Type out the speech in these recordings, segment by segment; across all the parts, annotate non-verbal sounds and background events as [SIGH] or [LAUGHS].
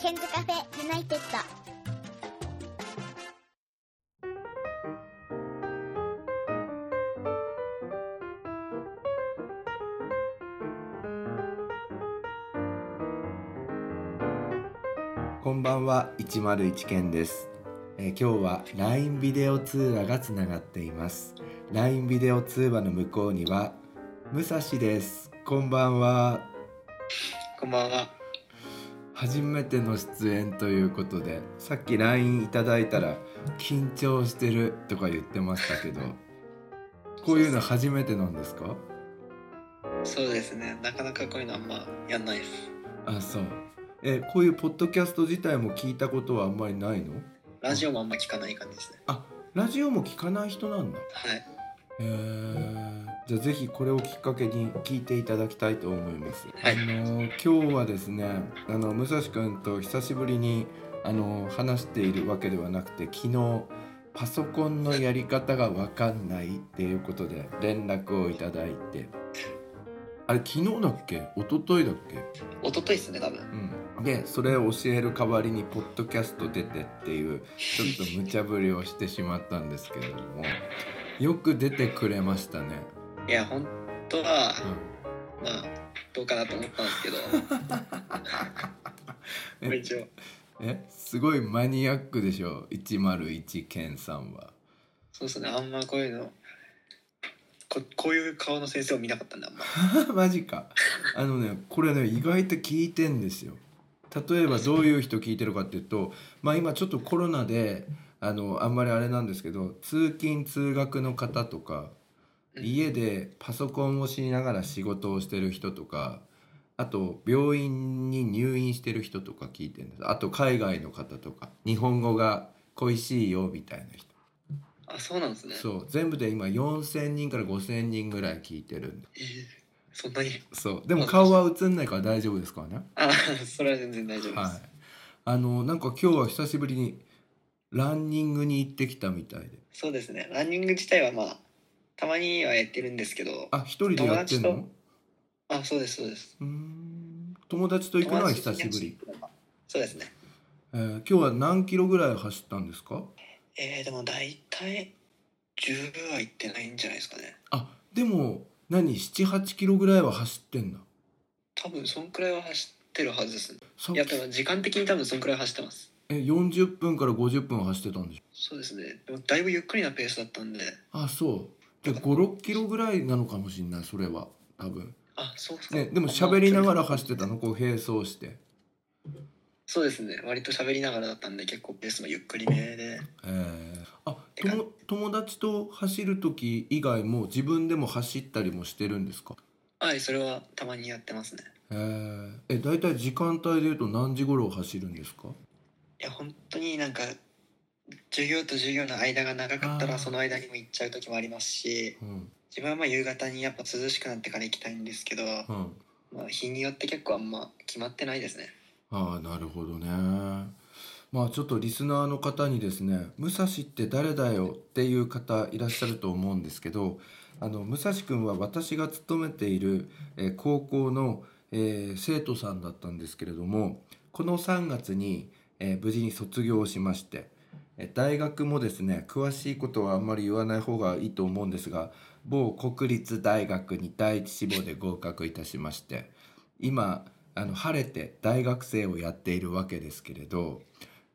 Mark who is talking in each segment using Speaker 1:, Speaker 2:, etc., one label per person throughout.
Speaker 1: ケンズカフェユナイテッド。
Speaker 2: こんばんは101件です、えー今日は LINE ビデオ通話がつながっています LINE ビデオ通話の向こうには武蔵ですこんばんは
Speaker 3: こんばんは。
Speaker 2: 初めての出演ということでさっき LINE いただいたら緊張してるとか言ってました [LAUGHS] けどこういうの初めてなんですか
Speaker 3: そうですね。なかなかこういうのあんまやんないです。
Speaker 2: あそうえーこういうポッドキャスト自体も聞いたことはあんまりないの
Speaker 3: ラジオもあんま聞かない感じですね。
Speaker 2: ラジオも聞かない人なんだ
Speaker 3: はい。
Speaker 2: へーじゃあぜひこれをきっかけに聞いていただきたいと思います。
Speaker 3: はい
Speaker 2: あの今日はですね、あの武蔵くんと久しぶりにあの話しているわけではなくて、昨日パソコンのやり方がわかんないっていうことで連絡をいただいて、あれ昨日だっけ？一昨日だっけ？
Speaker 3: 一昨日ですね、多分。
Speaker 2: うん。でそれを教える代わりにポッドキャスト出てっていうちょっと無茶ぶりをしてしまったんですけれども、よく出てくれましたね。
Speaker 3: いや、本当は、
Speaker 2: うん
Speaker 3: まあ、どうかなと思ったんですけど。
Speaker 2: [LAUGHS]
Speaker 3: まあ
Speaker 2: え
Speaker 3: 一応。
Speaker 2: えすごいマニアックでしょ101健さんは [LAUGHS]
Speaker 3: そうですね。あんまこういうの。ここういう顔の先生を見なかったんで、あんま。
Speaker 2: マジかあのねこれね意外と聞いてんですよ例えばどういう人聞いてるかっていうとまあ今ちょっとコロナであのあんまりあれなんですけど通勤通学の方とか
Speaker 3: うん
Speaker 2: 家でパソコンをしながら仕事をしてる人とかあと病院に入院してる人とか聞いてるんですあと海外の方とか日本語が恋しいよみたいな人
Speaker 3: あ、そうなんですね。
Speaker 2: そう全部で今4,000人から5,000人ぐらい聞いてるんで
Speaker 3: えーそんなに。 [LAUGHS]
Speaker 2: そうでも顔は映んないから大丈夫ですからね
Speaker 3: あ、それは全然大丈夫で
Speaker 2: はい
Speaker 3: す。
Speaker 2: あのなんか今日は久しぶりにランニングに行ってきたみたいで
Speaker 3: そうですね。ランニング自体は、まあ。たまにはやってるんですけど。
Speaker 2: あ一人でやってん
Speaker 3: 友
Speaker 2: の
Speaker 3: あ、そうです。そうです。
Speaker 2: うーん友達と行くのは久しぶり、。
Speaker 3: そうですね。
Speaker 2: えー今日は何キロぐらい走ったんですか
Speaker 3: えー、でも大体10はいってないんじゃないですかね
Speaker 2: あでも何78キロぐらいは走ってんだ
Speaker 3: 多分そんくらいは走ってるはずですね
Speaker 2: さっ
Speaker 3: い
Speaker 2: き
Speaker 3: や多分時間的に多分そんくらい走ってます
Speaker 2: え40分から50分走ってたんでしょ
Speaker 3: そうですねでもだいぶゆっくりなペースだったんで
Speaker 2: あそうじゃあ56キロぐらいなのかもしれないそれは多分
Speaker 3: あそうそう、
Speaker 2: ね、でも喋りながら走ってたのこう並走してへ
Speaker 3: そうですね割と喋りながらだったんで結構ペースもゆっくりめで
Speaker 2: えあ
Speaker 3: てか
Speaker 2: とも友達と走る時以外も自分でも走ったりもしてるんですか
Speaker 3: はいそれはたまにやってますね
Speaker 2: へええ大体時間帯でいうと何時頃走るんですか
Speaker 3: いや本当になんか授業と授業の間が長かった
Speaker 2: あー
Speaker 3: らその間にも行っちゃう時もありますし
Speaker 2: うん
Speaker 3: 自分はまあ夕方にやっぱ涼しくなってから行きたいんですけど、
Speaker 2: うん
Speaker 3: まあ、日によって結構あんま決まってないですね
Speaker 2: ああなるほどねまあちょっとリスナーの方にですね「武蔵って誰だよ?」っていう方いらっしゃると思うんですけどあの武蔵くんは私が勤めている、えー高校の、えー生徒さんだったんですけれどもこの3月に、えー無事に卒業しまして、えー大学もですね詳しいことはあんまり言わない方がいいと思うんですが某国立大学に第一志望で合格いたしまして今あの晴れて大学生をやっているわけですけれど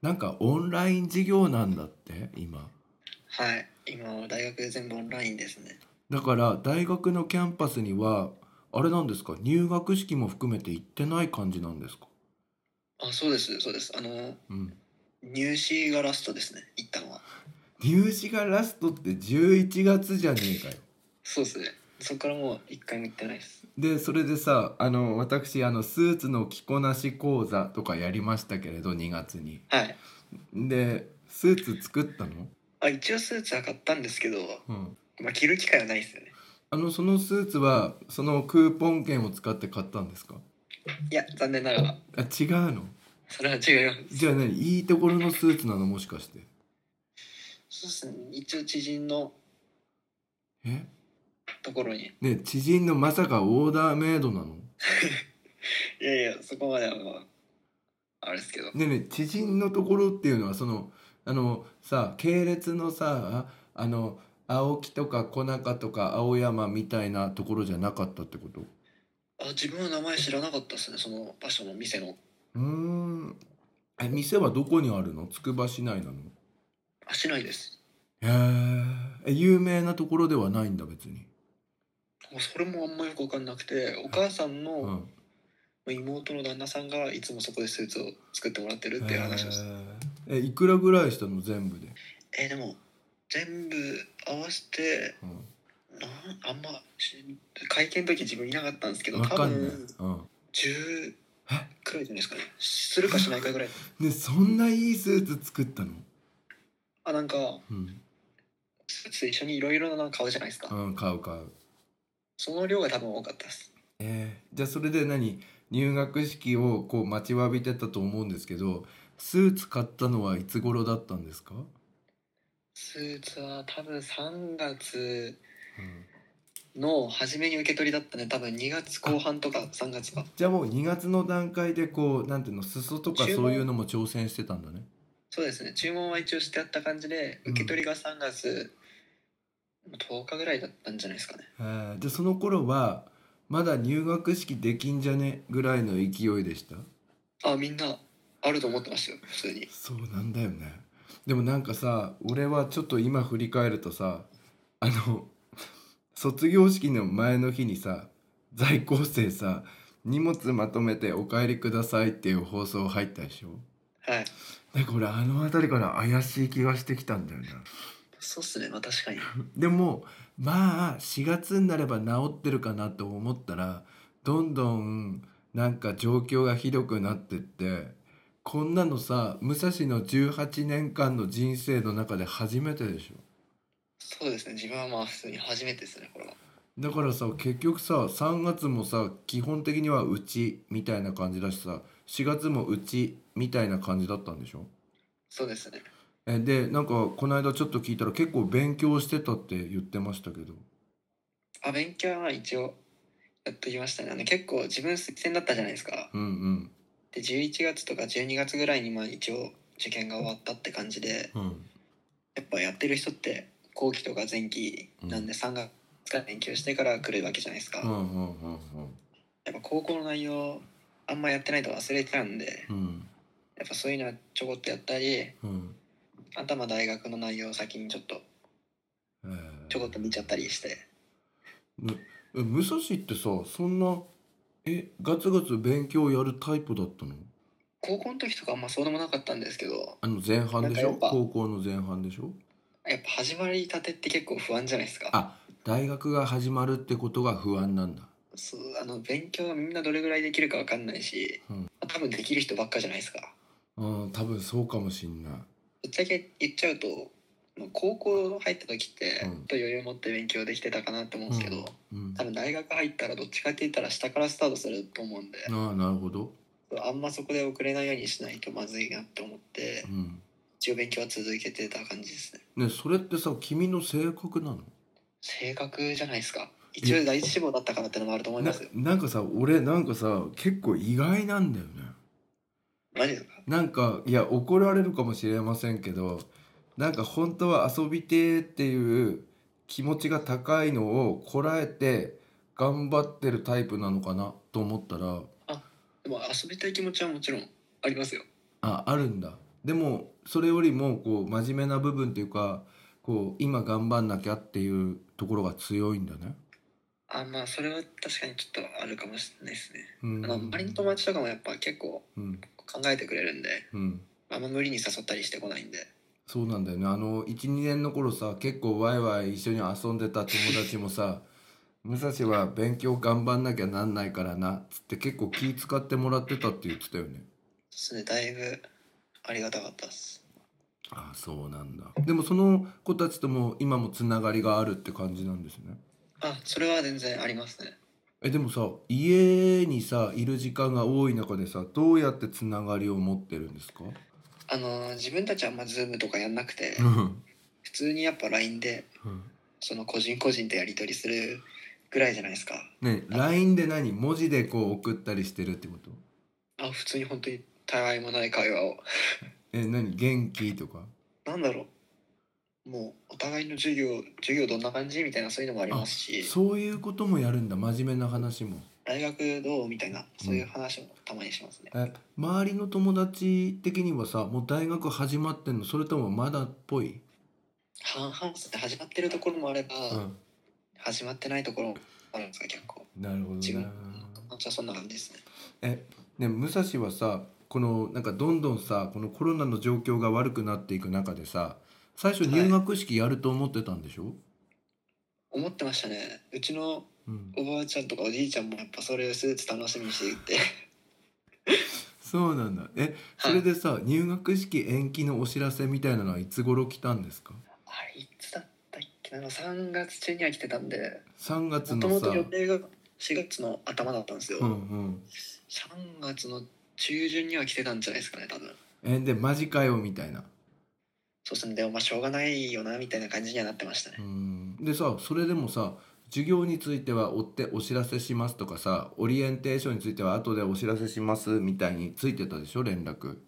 Speaker 2: なんかオンライン授業なんだって今
Speaker 3: はい今は大学全部オンラインですね
Speaker 2: だから大学のキャンパスにはあれなんですか入学式も含めて行ってない感じなんですか
Speaker 3: あそうですそうですあの
Speaker 2: うん
Speaker 3: 入試がラストですね行ったのは
Speaker 2: 入試がラストって11月じゃねえかよ
Speaker 3: そうですねそこからもう一回も行ってないです
Speaker 2: でそれでさあの私あのスーツの着こなし講座とかやりましたけれど2月に
Speaker 3: はい
Speaker 2: でスーツ作ったの、
Speaker 3: あ一応スーツは買ったんですけど、
Speaker 2: うん、
Speaker 3: まあ、着る機会はないですよね
Speaker 2: あのそのスーツはそのクーポン券を使って買ったんですか
Speaker 3: いや残念ながら
Speaker 2: あ違うの
Speaker 3: それは違います
Speaker 2: じゃあねいいところのスーツなのもしかして
Speaker 3: そうですね一応知人の
Speaker 2: え
Speaker 3: ところに
Speaker 2: ね知人のまさかオーダーメイドなの
Speaker 3: いやいやそこまではまああれですけど
Speaker 2: ねえねえ知人のところっていうのはそのあのさ系列のさあの青木とか小中とか青山みたいなところじゃなかったってこと
Speaker 3: あ自分の名前知らなかったですねその場所の店の
Speaker 2: うーんえ店はどこにあるのつくば市内なの
Speaker 3: あ市内です
Speaker 2: へええ有名なところではないんだ別に
Speaker 3: もうそれもあんまよく分かんなくてお母さん
Speaker 2: う
Speaker 3: の
Speaker 2: ん
Speaker 3: 妹の旦那さんがいつもそこでスーツを作ってもらってるっていう話をして
Speaker 2: えいくらぐらいしたの全部で、
Speaker 3: えーでも全部合わせて
Speaker 2: うん、
Speaker 3: なんあんまし会見の時自分いなかったんですけど
Speaker 2: わ
Speaker 3: 多
Speaker 2: かんない、
Speaker 3: 分
Speaker 2: うん、
Speaker 3: 10
Speaker 2: え
Speaker 3: くらいじゃないですかねするかしないかぐらい
Speaker 2: ねそんないいスーツ作ったの、
Speaker 3: あなんか
Speaker 2: うん
Speaker 3: スーツと一緒にいろいろな顔じゃないですか、
Speaker 2: うん、買う買う
Speaker 3: その量が多分多かったです
Speaker 2: えーじゃあそれで何入学式をこう待ちわびてたと思うんですけどスーツ買ったのはいつ頃だったんですか、
Speaker 3: スーツは多分3月の初めに受け取りだったね多分2月後半とか3月か
Speaker 2: じゃあもう2月の段階でこうなんていうの裾とか
Speaker 3: 注文
Speaker 2: そういうのも挑戦してたんだね
Speaker 3: そうですね注文は一応してあった感じで
Speaker 2: うん
Speaker 3: 受け取りが3月10日ぐらいだったんじゃないですかね
Speaker 2: えーじゃあその頃はまだ入学式できんじゃねぐらいの勢いでした
Speaker 3: あみんなあると思ってましたよ普通に
Speaker 2: そうなんだよねでもなんかさ俺はちょっと今振り返るとさあの卒業式の前の日にさ在校生さ荷物まとめて「お帰りください」っていう放送入ったでしょ
Speaker 3: はい
Speaker 2: だから俺あの辺りから怪しい気がしてきたんだよね
Speaker 3: そうっすねまあ確
Speaker 2: [LAUGHS]
Speaker 3: かに
Speaker 2: でもまあ4月になれば治ってるかなと思ったらどんどんなんか状況がひどくなってってこんなのさ武蔵の18年間の人生の中で初めてでしょ
Speaker 3: そうですね自分はまあ普通に初めてですねこれは
Speaker 2: だからさ結局さ3月もさ基本的にはうちみたいな感じだしさ4月もうちみたいな感じだったんでしょ
Speaker 3: そうですね
Speaker 2: えでなんかこの間ちょっと聞いたら結構勉強してたって言ってましたけど
Speaker 3: あ勉強はまあ一応やっときましたねあの結構自分推薦だったじゃないですか
Speaker 2: うんうん
Speaker 3: で11月とか12月ぐらいにまあ一応受験が終わったって感じで
Speaker 2: うん
Speaker 3: やっぱやってる人って後期とか前期なんで3月から勉強してから来るわけじゃないですか、
Speaker 2: うんう
Speaker 3: や
Speaker 2: んうんうん
Speaker 3: っぱ高校の内容あんまやってないと忘れてたんで
Speaker 2: うん
Speaker 3: やっぱそういうのはちょこっとやったり
Speaker 2: うん
Speaker 3: あとはまあ大学の内容を先にちょっと
Speaker 2: えー
Speaker 3: ちょこっと見ちゃったりして
Speaker 2: え武蔵ってさそんなえガツガツ勉強やるタイプだったの
Speaker 3: 高校の時とかあんまそうでもなかったんですけど
Speaker 2: あの前半でし
Speaker 3: なんか
Speaker 2: ょ
Speaker 3: やっぱ
Speaker 2: 高校の前半でしょ
Speaker 3: やっぱ始まりたてって結構不安じゃないですか
Speaker 2: あ大学が始まるってことが不安なんだ
Speaker 3: そうあの勉強がみんなどれぐらいできるか分かんないし、
Speaker 2: うん
Speaker 3: 多分できる人ばっかじゃないですか
Speaker 2: うん多分そうかもしんない
Speaker 3: ぶっちゃけ言っちゃうとまあ高校入った時って
Speaker 2: う
Speaker 3: ちょ
Speaker 2: ん
Speaker 3: っと余裕持って勉強できてたかなって思うんですけど、
Speaker 2: うん
Speaker 3: 多分大学入ったらどっちかって言ったら下からスタートすると思うんで、
Speaker 2: ああなるほど
Speaker 3: あんまそこで遅れないようにしないとまずいなって思って
Speaker 2: うん
Speaker 3: 一応勉強は続けてた感じですね
Speaker 2: ねそれってさ君の性格なの
Speaker 3: 性格じゃないですか一応第一志望だったからってのもあると思いま
Speaker 2: な
Speaker 3: すよ
Speaker 2: なんかさ俺なんかさ結構意外なんだよね
Speaker 3: マジですか
Speaker 2: なんかいや怒られるかもしれませんけどなんか本当は遊びてーっていう気持ちが高いのをこらえて頑張ってるタイプなのかなと思ったら
Speaker 3: でも遊びたい気持ちはもちろんありますよ
Speaker 2: ああるんだでもそれよりもこう真面目な部分っていうかこう今頑張んなきゃっていうところが強いんだね。
Speaker 3: あまあそれは確かにちょっとあるかもしれないですね
Speaker 2: うん
Speaker 3: あの周りの友達とかもやっぱ結構
Speaker 2: うん
Speaker 3: 考えてくれるんで
Speaker 2: うん
Speaker 3: あんま無理に誘ったりしてこないんで
Speaker 2: そうなんだよねあの12年の頃さ結構ワイワイ一緒に遊んでた友達も [LAUGHS] さ「武蔵は勉強頑張んなきゃなんないからな」っつって結構気使ってもらってたって言ってたよね
Speaker 3: そうですねだいぶありがたかったです
Speaker 2: ああそうなんだでもその子たちとも今もつながりがあるって感じなんですね
Speaker 3: あそれは全然ありますね
Speaker 2: えでもさ家にさいる時間が多い中でさどうやってつながりを持ってるんですか
Speaker 3: あの自分たちはあんま Zoom とかやんなくて
Speaker 2: うん
Speaker 3: 普通にやっぱ LINE でその個人個人とやり取りするぐらいじゃないですか
Speaker 2: ね LINE で何文字でこう送ったりしてるってこと
Speaker 3: あ普通に本当にたわいもない会話を
Speaker 2: え何元気とか
Speaker 3: なんだろうもうお互いの授業授業どんな感じみたいなそういうのもありますし
Speaker 2: そういうこともやるんだ真面目な話も
Speaker 3: 大学どうみたいなそういう話もたまにしますね、
Speaker 2: え周りの友達的にはさもう大学始まってんのそれともまだっぽい、
Speaker 3: 半々っすね始まってるところもあれば、
Speaker 2: うん、
Speaker 3: 始まってないところもあるんですか結構
Speaker 2: なるほど
Speaker 3: 違う
Speaker 2: ね
Speaker 3: じゃあそんな感じですね
Speaker 2: えね武蔵はさこのなんかどんどんさこのコロナの状況が悪くなっていく中でさ最初入学式やると思ってたんでしょ、
Speaker 3: 思ってましたねうちの
Speaker 2: うん、
Speaker 3: おばあちゃんとかおじいちゃんもやっぱそれをスーツ楽しみにしていて
Speaker 2: そうなんだえ [LAUGHS] それでさ、入学式延期のお知らせみたいなのはいつ頃来たんですか
Speaker 3: [LAUGHS] あれいつだったっけな3月中には来てたんで
Speaker 2: 3月
Speaker 3: もと
Speaker 2: の
Speaker 3: も
Speaker 2: さ
Speaker 3: と予定が4月の頭だったんですよ、
Speaker 2: うんうん
Speaker 3: 3月の中旬には来てたんじゃないですかね多分
Speaker 2: えでマジかよみたいな
Speaker 3: そうすんでもまあしょうがないよなみたいな感じにはなってましたね
Speaker 2: うんでさそれでもさ授業については追ってお知らせしますとかさオリエンテーションについては後でお知らせしますみたいについてたでしょ連絡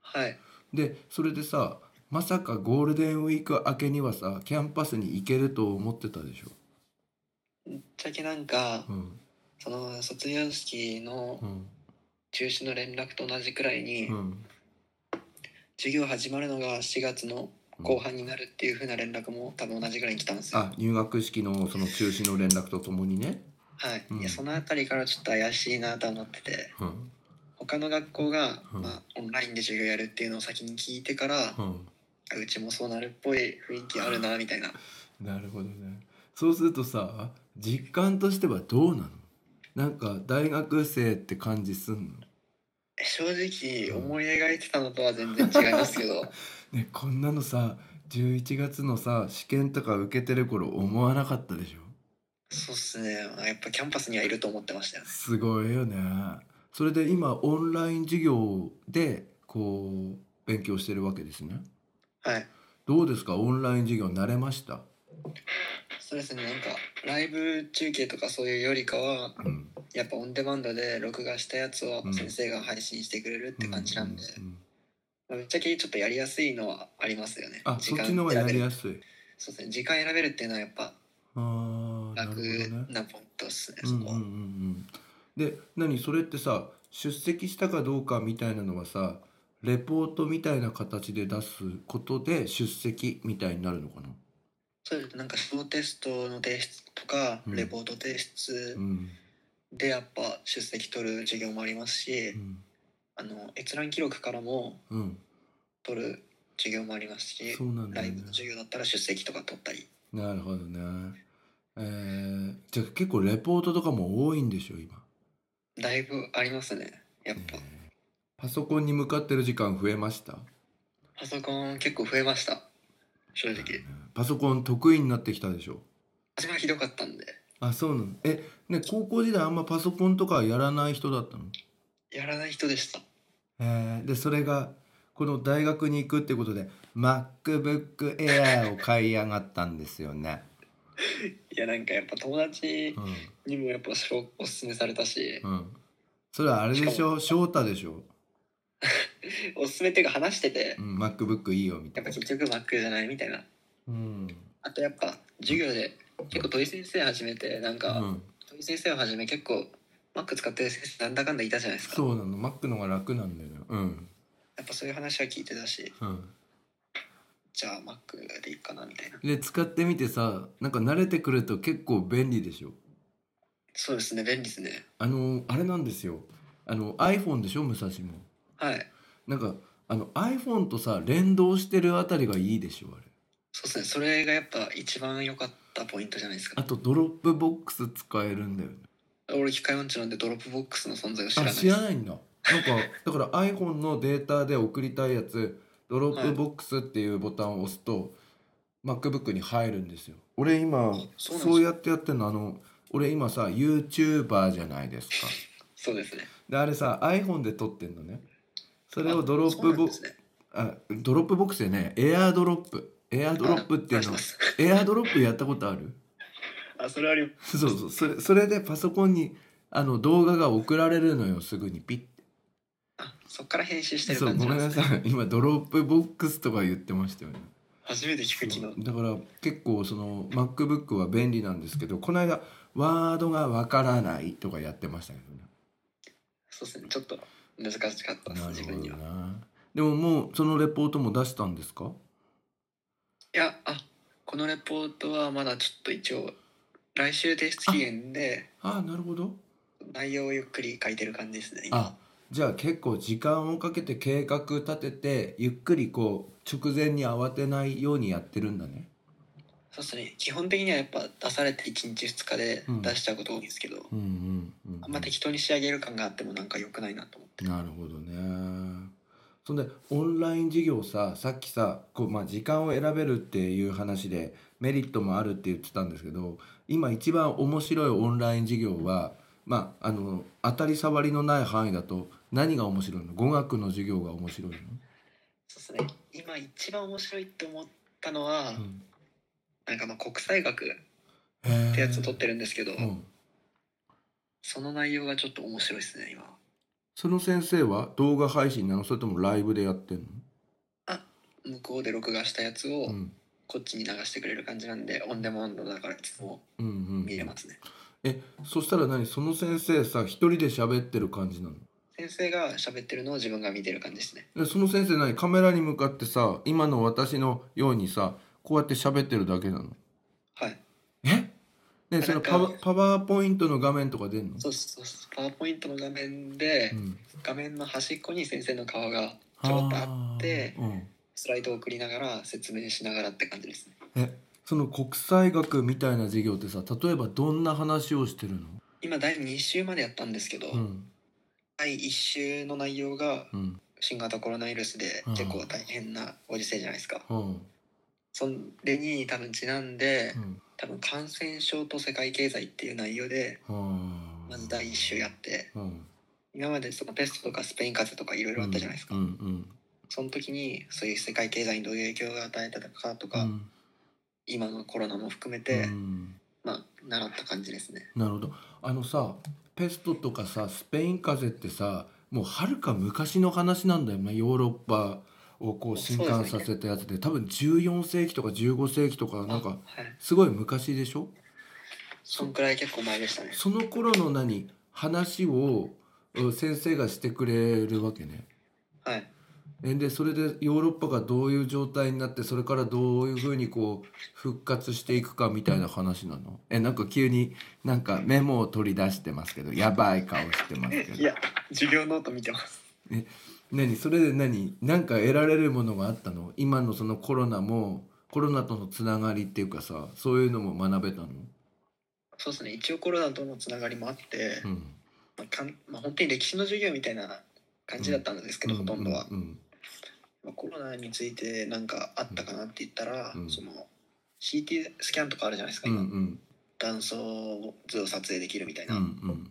Speaker 3: はい
Speaker 2: でそれでさまさかゴールデンウィーク明けにはさキャンパスに行けると思ってたでしょ
Speaker 3: ぶっちゃけなんか、
Speaker 2: うん
Speaker 3: その卒業式の
Speaker 2: うん
Speaker 3: 中止の連絡と同じくらいに、
Speaker 2: うん
Speaker 3: 授業始まるのが4月の後半になるっていう風な連絡も多分同じくらいに来たんですよ、
Speaker 2: あ入学式のその中止の連絡とともにね、
Speaker 3: はい、
Speaker 2: うん
Speaker 3: いやその辺りからちょっと怪しいなと思ってて
Speaker 2: うん
Speaker 3: 他の学校が、
Speaker 2: うん
Speaker 3: まあ、オンラインで授業やるっていうのを先に聞いてから、
Speaker 2: うん、
Speaker 3: あうちもそうなるっぽい雰囲気あるなみたいな
Speaker 2: なるほどねそうするとさ実感としてはどうなのなんか大学生って感じすん
Speaker 3: 正直思い描いてたのとは全然違いますけ
Speaker 2: [LAUGHS]
Speaker 3: ど
Speaker 2: のねこんなのさ11月のさ試験とか受けてる頃思わなかったでしょ
Speaker 3: そうっすねまあやっぱキャンパスにはいると思ってましたよね
Speaker 2: すごいよねそれで今オンライン授業でこう勉強してるわけですね
Speaker 3: はい
Speaker 2: どうですかオンライン授業慣れました
Speaker 3: そうですねなんかライブ中継とかそういうよりかは
Speaker 2: うん
Speaker 3: やっぱオンデマンドで録画したやつを
Speaker 2: うん
Speaker 3: 先生が配信してくれるって感じなんで、
Speaker 2: うううん
Speaker 3: まあぶっちゃけちょっとやりやすいのはありますよね
Speaker 2: あそっちの方がやりやすい
Speaker 3: そうですね時間選べるっていうのはやっぱ
Speaker 2: ああなる
Speaker 3: 楽
Speaker 2: ほどね
Speaker 3: なポイントですね
Speaker 2: うん
Speaker 3: そ
Speaker 2: うん
Speaker 3: こ
Speaker 2: う
Speaker 3: は、
Speaker 2: んうんで何それってさ出席したかどうかみたいなのはさレポートみたいな形で出すことで出席みたいになるのかな、
Speaker 3: そうですなんか小テストの提出とか
Speaker 2: うん
Speaker 3: レポート提出
Speaker 2: うん
Speaker 3: でやっぱ出席取る授業もありますし、
Speaker 2: うん
Speaker 3: あの閲覧記録からも
Speaker 2: うん、
Speaker 3: 取る授業もありますし、
Speaker 2: そうなんだ
Speaker 3: ラ
Speaker 2: よ
Speaker 3: イブ
Speaker 2: ね
Speaker 3: の授業だったら出席とか取ったり
Speaker 2: なるほどね。えー、じゃあ結構レポートとかも多いんでしょ今、
Speaker 3: だいぶありますねやっ
Speaker 2: え
Speaker 3: ぱ
Speaker 2: ーパソコンに向かってる時間増えました
Speaker 3: パソコン結構増えました正直
Speaker 2: パソコン得意になってきたでしょ
Speaker 3: 初めはひどかったんで
Speaker 2: あそうなのえね高校時代あんまパソコンとかやらない人だったの
Speaker 3: やらない人でした
Speaker 2: えー、でそれがこの大学に行くってことで MacBook Air を買い上がったんですよね。
Speaker 3: いやなんかやっぱ友達
Speaker 2: う
Speaker 3: にもやっぱしょおすすめされたし
Speaker 2: ん、うん、それはあれでしょ翔太でしょ、
Speaker 3: おすすめっていうか話してて
Speaker 2: うん、MacBook いいよみた
Speaker 3: や
Speaker 2: い
Speaker 3: っぱ
Speaker 2: な。
Speaker 3: 結局 Mac じゃないみたいな
Speaker 2: うん
Speaker 3: あとやっぱ授業で結構土井先生始めてなん
Speaker 2: う
Speaker 3: か、
Speaker 2: ん
Speaker 3: 土井先生をはじめ結構 Mac 使ってる先生なんだかんだいたじゃないですか
Speaker 2: そうなのマックの方が楽なんだよねうん
Speaker 3: やっぱそういう話は聞いてたし
Speaker 2: うん
Speaker 3: じゃあ Mac でいいかなみたいな
Speaker 2: で使ってみてさなんか慣れてくると結構便利でしょ
Speaker 3: そうですね便利ですね
Speaker 2: あのあれなんですよあの iPhone でしょ武蔵も
Speaker 3: はい
Speaker 2: なんかあの iPhone とさ連動してるあたりがいいでしょあれ
Speaker 3: そうですねそれがやっぱ一番良かったポイントじゃないです
Speaker 2: あ
Speaker 3: か
Speaker 2: とドロップボックス使えるんだよね
Speaker 3: 俺機械音痴なんでドロップボックスの存在を知ら
Speaker 2: あ
Speaker 3: ないです
Speaker 2: 知らないんだなんか [LAUGHS] だから iPhone のデータで送りたいやつドロップボックスっていうボタンを押すと、MacBook に入るんですよ俺今
Speaker 3: あそうなんですか
Speaker 2: そうやってやってんのあの俺今さ YouTuber じゃないですか
Speaker 3: そうですね
Speaker 2: であれさ iPhone で撮ってんのねそれを
Speaker 3: あ
Speaker 2: ドロッ
Speaker 3: そう
Speaker 2: プ
Speaker 3: なん
Speaker 2: ボ
Speaker 3: ですね
Speaker 2: あドロップボックスでねエアードロップエアードロップってい
Speaker 3: あ
Speaker 2: う
Speaker 3: し
Speaker 2: の
Speaker 3: ます
Speaker 2: エアードロップやったことある
Speaker 3: あそれあり
Speaker 2: そうそうそれそれでパソコンにあの動画が送られるのよすぐにピッて
Speaker 3: あそっから編集してる
Speaker 2: そう
Speaker 3: 感
Speaker 2: ご
Speaker 3: じ
Speaker 2: め
Speaker 3: な
Speaker 2: ん
Speaker 3: んで
Speaker 2: な
Speaker 3: すね
Speaker 2: さい [LAUGHS] 今ドロップボックスとか言ってましたよね
Speaker 3: 初めて聞く昨日
Speaker 2: だから結構その MacBook は便利なんですけどこの間ワードがわからないとかやってましたけどね
Speaker 3: そうですねちょっと難しかったです自分には
Speaker 2: なでももうそのレポートも出したんですか
Speaker 3: いやあこのレポートはまだちょっと一応来週提出期限で
Speaker 2: ああなるほど
Speaker 3: 内容をゆっくり書いてる感じですね今
Speaker 2: あじゃあ結構時間をかけて計画立ててゆっくりこう直前に慌てないようにやってるんだね
Speaker 3: そうですね基本的にはやっぱ出されて1日2日で
Speaker 2: うん
Speaker 3: 出しちゃうこと多いんですけど、
Speaker 2: うんうんうん、
Speaker 3: あんま適当に仕上げる感があってもなんか良くないなと思って
Speaker 2: なるほどねそんでオンライン授業ささっきさこう、まあ、時間を選べるっていう話でメリットもあるって言ってたんですけど今一番面白いオンライン授業は、まあ、あの当たり障りのない範囲だと何が面白いの語学の授業が面白いの、
Speaker 3: そうですね今一番面白いって思ったのは、
Speaker 2: うん
Speaker 3: なんかまあ国際学っ
Speaker 2: へー
Speaker 3: てやつを取ってるんですけど、
Speaker 2: うん、
Speaker 3: その内容がちょっと面白いですね今
Speaker 2: その先生は動画配信なのそれともライブでやってんの、
Speaker 3: 向こうで録画したやつを
Speaker 2: うん
Speaker 3: こっちに流してくれる感じなんで、オンデマンドだからいつも
Speaker 2: うんうん、
Speaker 3: 見れますね、
Speaker 2: えそしたら何その先生さ一人で喋ってる感じなの
Speaker 3: 先生が喋ってるのを自分が見てる感じですね
Speaker 2: でその先生何カメラに向かってさ今の私のようにさこうやって喋ってるだけなの
Speaker 3: はい
Speaker 2: えねその
Speaker 3: なんか
Speaker 2: パワパワーポイントの画面とか出んの
Speaker 3: そうそうそうパワーポイントの画面で、
Speaker 2: うん
Speaker 3: 画面の端っこに先生の顔がちょろっとあって
Speaker 2: あーうん
Speaker 3: スライドを送りながら説明しながらって感じですね
Speaker 2: えその国際学みたいな授業ってさ例えばどんな話をしてるの
Speaker 3: 今第2週までやったんですけど、
Speaker 2: うん
Speaker 3: 第1週の内容が
Speaker 2: うん
Speaker 3: 新型コロナウイルスで
Speaker 2: うん
Speaker 3: 結構大変なご時世じゃないですか、
Speaker 2: うん
Speaker 3: それに多分ちなんで、
Speaker 2: うん
Speaker 3: 多分感染症と世界経済っていう内容で
Speaker 2: うん
Speaker 3: まず第1週やって
Speaker 2: うん
Speaker 3: 今までそのペストとかスペイン風邪とかいろいろあったじゃないですか、
Speaker 2: うんうん
Speaker 3: その時にそういう世界経済にどういう影響が与えたかと
Speaker 2: う
Speaker 3: か、
Speaker 2: ん
Speaker 3: 今のコロナも含め
Speaker 2: う
Speaker 3: て、
Speaker 2: ん
Speaker 3: まあ習った感じですね
Speaker 2: なるほどあのさペストとかさスペイン風邪ってさもうはるか昔の話なんだよねヨーロッパをこう震
Speaker 3: そう
Speaker 2: 撼
Speaker 3: ですね
Speaker 2: させたやつで多分14世紀とか15世紀とかなん
Speaker 3: あ
Speaker 2: か
Speaker 3: はい
Speaker 2: すごい昔でしょ
Speaker 3: そんくらい結構前でしたね
Speaker 2: その頃の何話をうん先生がしてくれるわけね。
Speaker 3: はい
Speaker 2: えでそれでヨーロッパがどういう状態になってそれからどういうふうにこう復活していくかみたいな話なのえなんか急になんかメモを取り出してますけどやばい顔してますけど
Speaker 3: いや授業ノート見てます
Speaker 2: 何それで何なんか得られるものがあったの今のそのコロナもコロナとのつながりっていうかさそういうのも学べたの
Speaker 3: そうですね一応コロナとのつながりもあって、
Speaker 2: うん
Speaker 3: まあかんまあ、本当に歴史の授業みたいな感じだったんですけど、ほとんどは、
Speaker 2: うん
Speaker 3: まあ、コロナについて何かあったかなって言ったら、
Speaker 2: うん
Speaker 3: その CT スキャンとかあるじゃないですか、
Speaker 2: うんう
Speaker 3: 今
Speaker 2: ん
Speaker 3: 断層図を撮影できるみたい
Speaker 2: うんう
Speaker 3: な、
Speaker 2: ん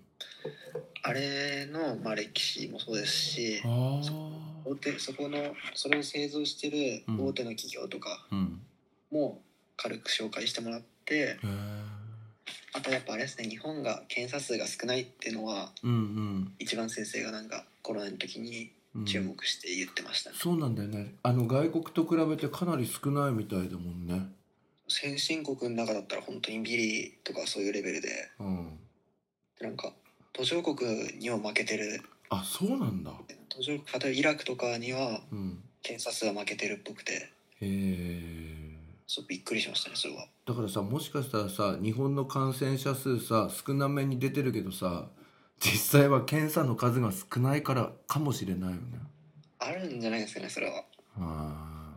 Speaker 3: あれの、まあ、歴史もそうですし
Speaker 2: ああ
Speaker 3: 大手そこのそれを製造してる
Speaker 2: うん
Speaker 3: 大手の企業とか
Speaker 2: うん
Speaker 3: も軽く紹介してもらって、
Speaker 2: へえ
Speaker 3: あとやっぱあれですね日本が検査数が少ないっていうのは
Speaker 2: うんうん
Speaker 3: 一番先生がなんかコロナの時に
Speaker 2: うん
Speaker 3: 注目して言ってましたね、
Speaker 2: そうなんだよねあの外国と比べてかなり少ないみたいだもんね
Speaker 3: 先進国の中だったら本当にビリとかそういうレベルで
Speaker 2: うん
Speaker 3: なんか途上国には負けてる
Speaker 2: あそうなんだ
Speaker 3: 途上国例えばイラクとかには
Speaker 2: うん
Speaker 3: 検査数は負けてるっぽくて
Speaker 2: へえ
Speaker 3: そうびっくりしましたねそれは
Speaker 2: だからさもしかしたらさ日本の感染者数さ少なめに出てるけどさ実際は検査の数が少ないからかもしれないよね。
Speaker 3: あるんじゃないですかねそれは
Speaker 2: あ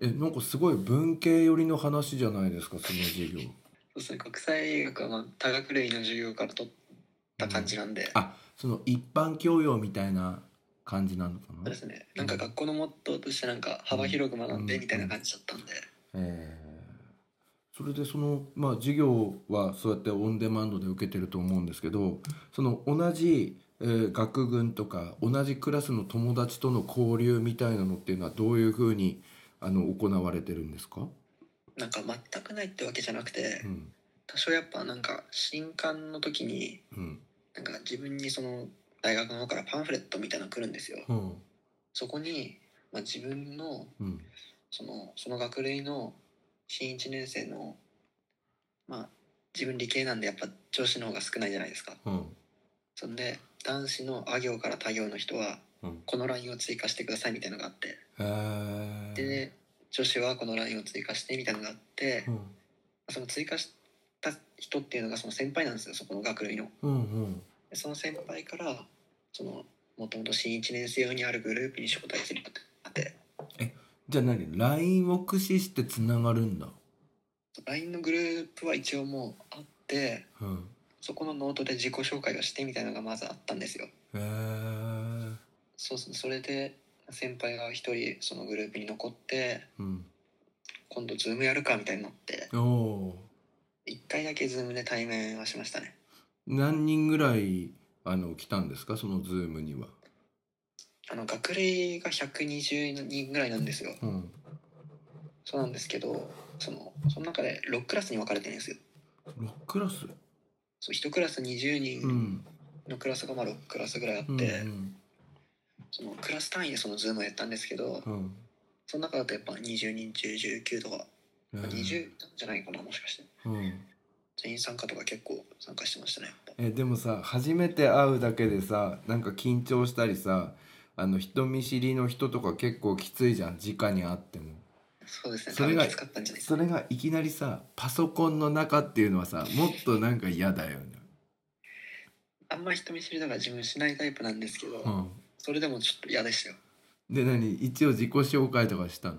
Speaker 2: ーえなんかすごい文系寄りの話じゃないですかその授業。
Speaker 3: そうですね国際学はまあ多学類の授業から取った感じなんで、
Speaker 2: あその一般教養みたいな感じなのか
Speaker 3: そう
Speaker 2: な
Speaker 3: で。すねなんか学校のモットーとしてなんか幅広く学んでみたいな感じだったんで、
Speaker 2: えーそれでそのまあ授業はそうやってオンデマンドで受けてると思うんですけどその同じ、えー学群とか同じクラスの友達との交流みたいなのっていうのはどういうふうにあの行われてるんですか、
Speaker 3: なんか全くないってわけじゃなくて
Speaker 2: うん
Speaker 3: 多少やっぱなんか新刊の時に
Speaker 2: うん
Speaker 3: なんか自分にその大学の方からパンフレットみたいなの来るんですよ。
Speaker 2: うん
Speaker 3: そこに、まあ、自分の
Speaker 2: うん
Speaker 3: そのその学類の新1年生のまあ自分理系なんでやっぱ女子の方が少ないじゃないですか。
Speaker 2: うん
Speaker 3: そんで男子のあ行から他行の人は
Speaker 2: うん
Speaker 3: このラインを追加してくださいみたいなのがあって
Speaker 2: へー
Speaker 3: で女子はこのラインを追加してみたいなのがあって
Speaker 2: うん
Speaker 3: その追加した人っていうのがその先輩なんですよそこの学類の。
Speaker 2: うんうん
Speaker 3: でその先輩からそのもともと新1年生用にあるグループに招待することになって
Speaker 2: じゃあ何 LINE を駆使してつながるんだ
Speaker 3: LINE のグループは一応もうあって
Speaker 2: うん
Speaker 3: そこのノートで自己紹介をしてみたいなのがまずあったんですよ。
Speaker 2: へー
Speaker 3: そうそうそれで先輩が一人そのグループに残って
Speaker 2: うん
Speaker 3: 今度ズームやるかみたいになって
Speaker 2: おおー
Speaker 3: 一回だけズームで対面はしましたね
Speaker 2: 何人ぐらいあの来たんですかそのズームには
Speaker 3: あの学類が120人ぐらいなんですよ
Speaker 2: うん
Speaker 3: そうなんですけどそのその中で6クラスに分かれてるんですよ
Speaker 2: 6クラス
Speaker 3: そう1クラス20
Speaker 2: う
Speaker 3: 人
Speaker 2: ん
Speaker 3: のクラスがまあ6クラスぐらいあって、
Speaker 2: うん
Speaker 3: そのクラス単位でそのズームをやったんですけど
Speaker 2: うんうん
Speaker 3: その中だとやっぱ20人中19とか
Speaker 2: へー
Speaker 3: 20なんじゃないかなもしかして
Speaker 2: うん
Speaker 3: 全員参加とか結構参加してましたねやっぱ
Speaker 2: えでもさ初めて会うだけでさなんか緊張したりさあの人見知りの人とか結構きついじゃん直に会っても
Speaker 3: そうですね
Speaker 2: そ
Speaker 3: 多
Speaker 2: れ
Speaker 3: 分
Speaker 2: が
Speaker 3: きつかったんじゃないです
Speaker 2: そ
Speaker 3: か
Speaker 2: れがいきなりさパソコンの中っていうのはさもっとなんか嫌だよね
Speaker 3: あんま人見知りだから自分しないタイプなんですけど、
Speaker 2: うん
Speaker 3: それでもちょっと嫌でしたよ
Speaker 2: で何一応自己紹介とかしたの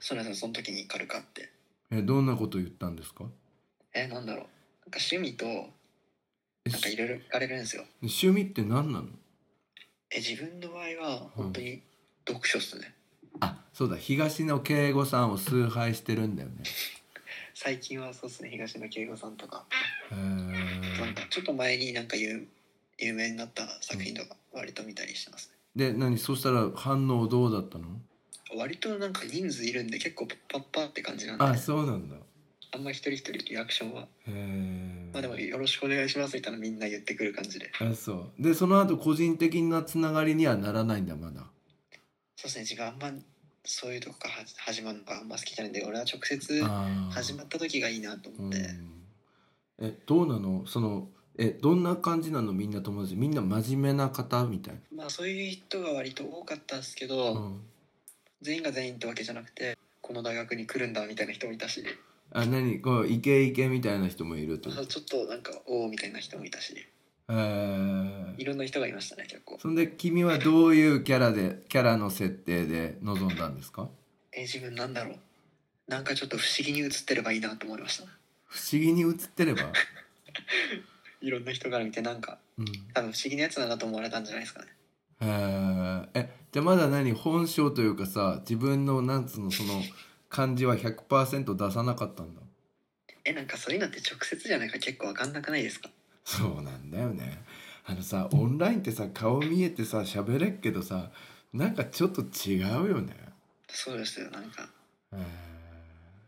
Speaker 3: それはその時に軽くあって
Speaker 2: えどんなこと言ったんですか
Speaker 3: えなんだろうなんか趣味と
Speaker 2: え
Speaker 3: なんかいろいろ聞かれるんですよ
Speaker 2: 趣味って何なの
Speaker 3: え自分の場合は本当に読書っすね、
Speaker 2: あそうだ東野圭吾さんを崇拝してるんだよね
Speaker 3: 最近はそうっすね東野圭吾さんとか
Speaker 2: へ
Speaker 3: なん
Speaker 2: ー
Speaker 3: かちょっと前になんか有有名になった作品とか割と見たりしてますね
Speaker 2: で何そしたら反応どうだったの
Speaker 3: 割となんか人数いるんで結構パッパッパって感じなんであ
Speaker 2: あそうなんだ
Speaker 3: んま一人一人リアクションは
Speaker 2: へえ
Speaker 3: まあでもよろしくお願いしますみたいなみんな言ってくる感じで
Speaker 2: あそうでその後個人的なつながりにはならないんだまだ
Speaker 3: そうですね自分あんまそういうとこからは始まるのがあんま好きじゃないんで俺は直接
Speaker 2: あー
Speaker 3: 始まった時がいいなと
Speaker 2: う
Speaker 3: 思っ
Speaker 2: ん
Speaker 3: て、
Speaker 2: えどうなのそのえどんな感じなのみんな友達みんな真面目な方みたい
Speaker 3: まあそういう人が割と多かったんですけど、
Speaker 2: な、うん、
Speaker 3: 全員が全員ってわけじゃなくてこの大学に来るんだみたいな人もいたし、
Speaker 2: あ何こうイケイケみたいな人もいるってこと
Speaker 3: ちょっとなんかおおみたいな人もいたし
Speaker 2: へー
Speaker 3: いろんな人がいましたね結構、
Speaker 2: そんで君はどういうキャラでキャラの設定で臨んだんですか
Speaker 3: え自分なんだろうなんかちょっと不思議に映ってればいいなと思いました
Speaker 2: 不思議に映ってれば、
Speaker 3: いろんな人から見てなんか
Speaker 2: うん、へ
Speaker 3: 多分不思議なやつなんだと思われたんじゃないですかね
Speaker 2: ーえじゃあまだ何本性というかさ自分のなんつうのその感じは100%出さなかったんだ
Speaker 3: えなんかそういうのって直接じゃないから結構わかんなくないですか
Speaker 2: そうなんだよねあのさオンラインってさ顔見えてさ喋れっけどさなんかちょっと違うよね
Speaker 3: そうですよなんか
Speaker 2: へー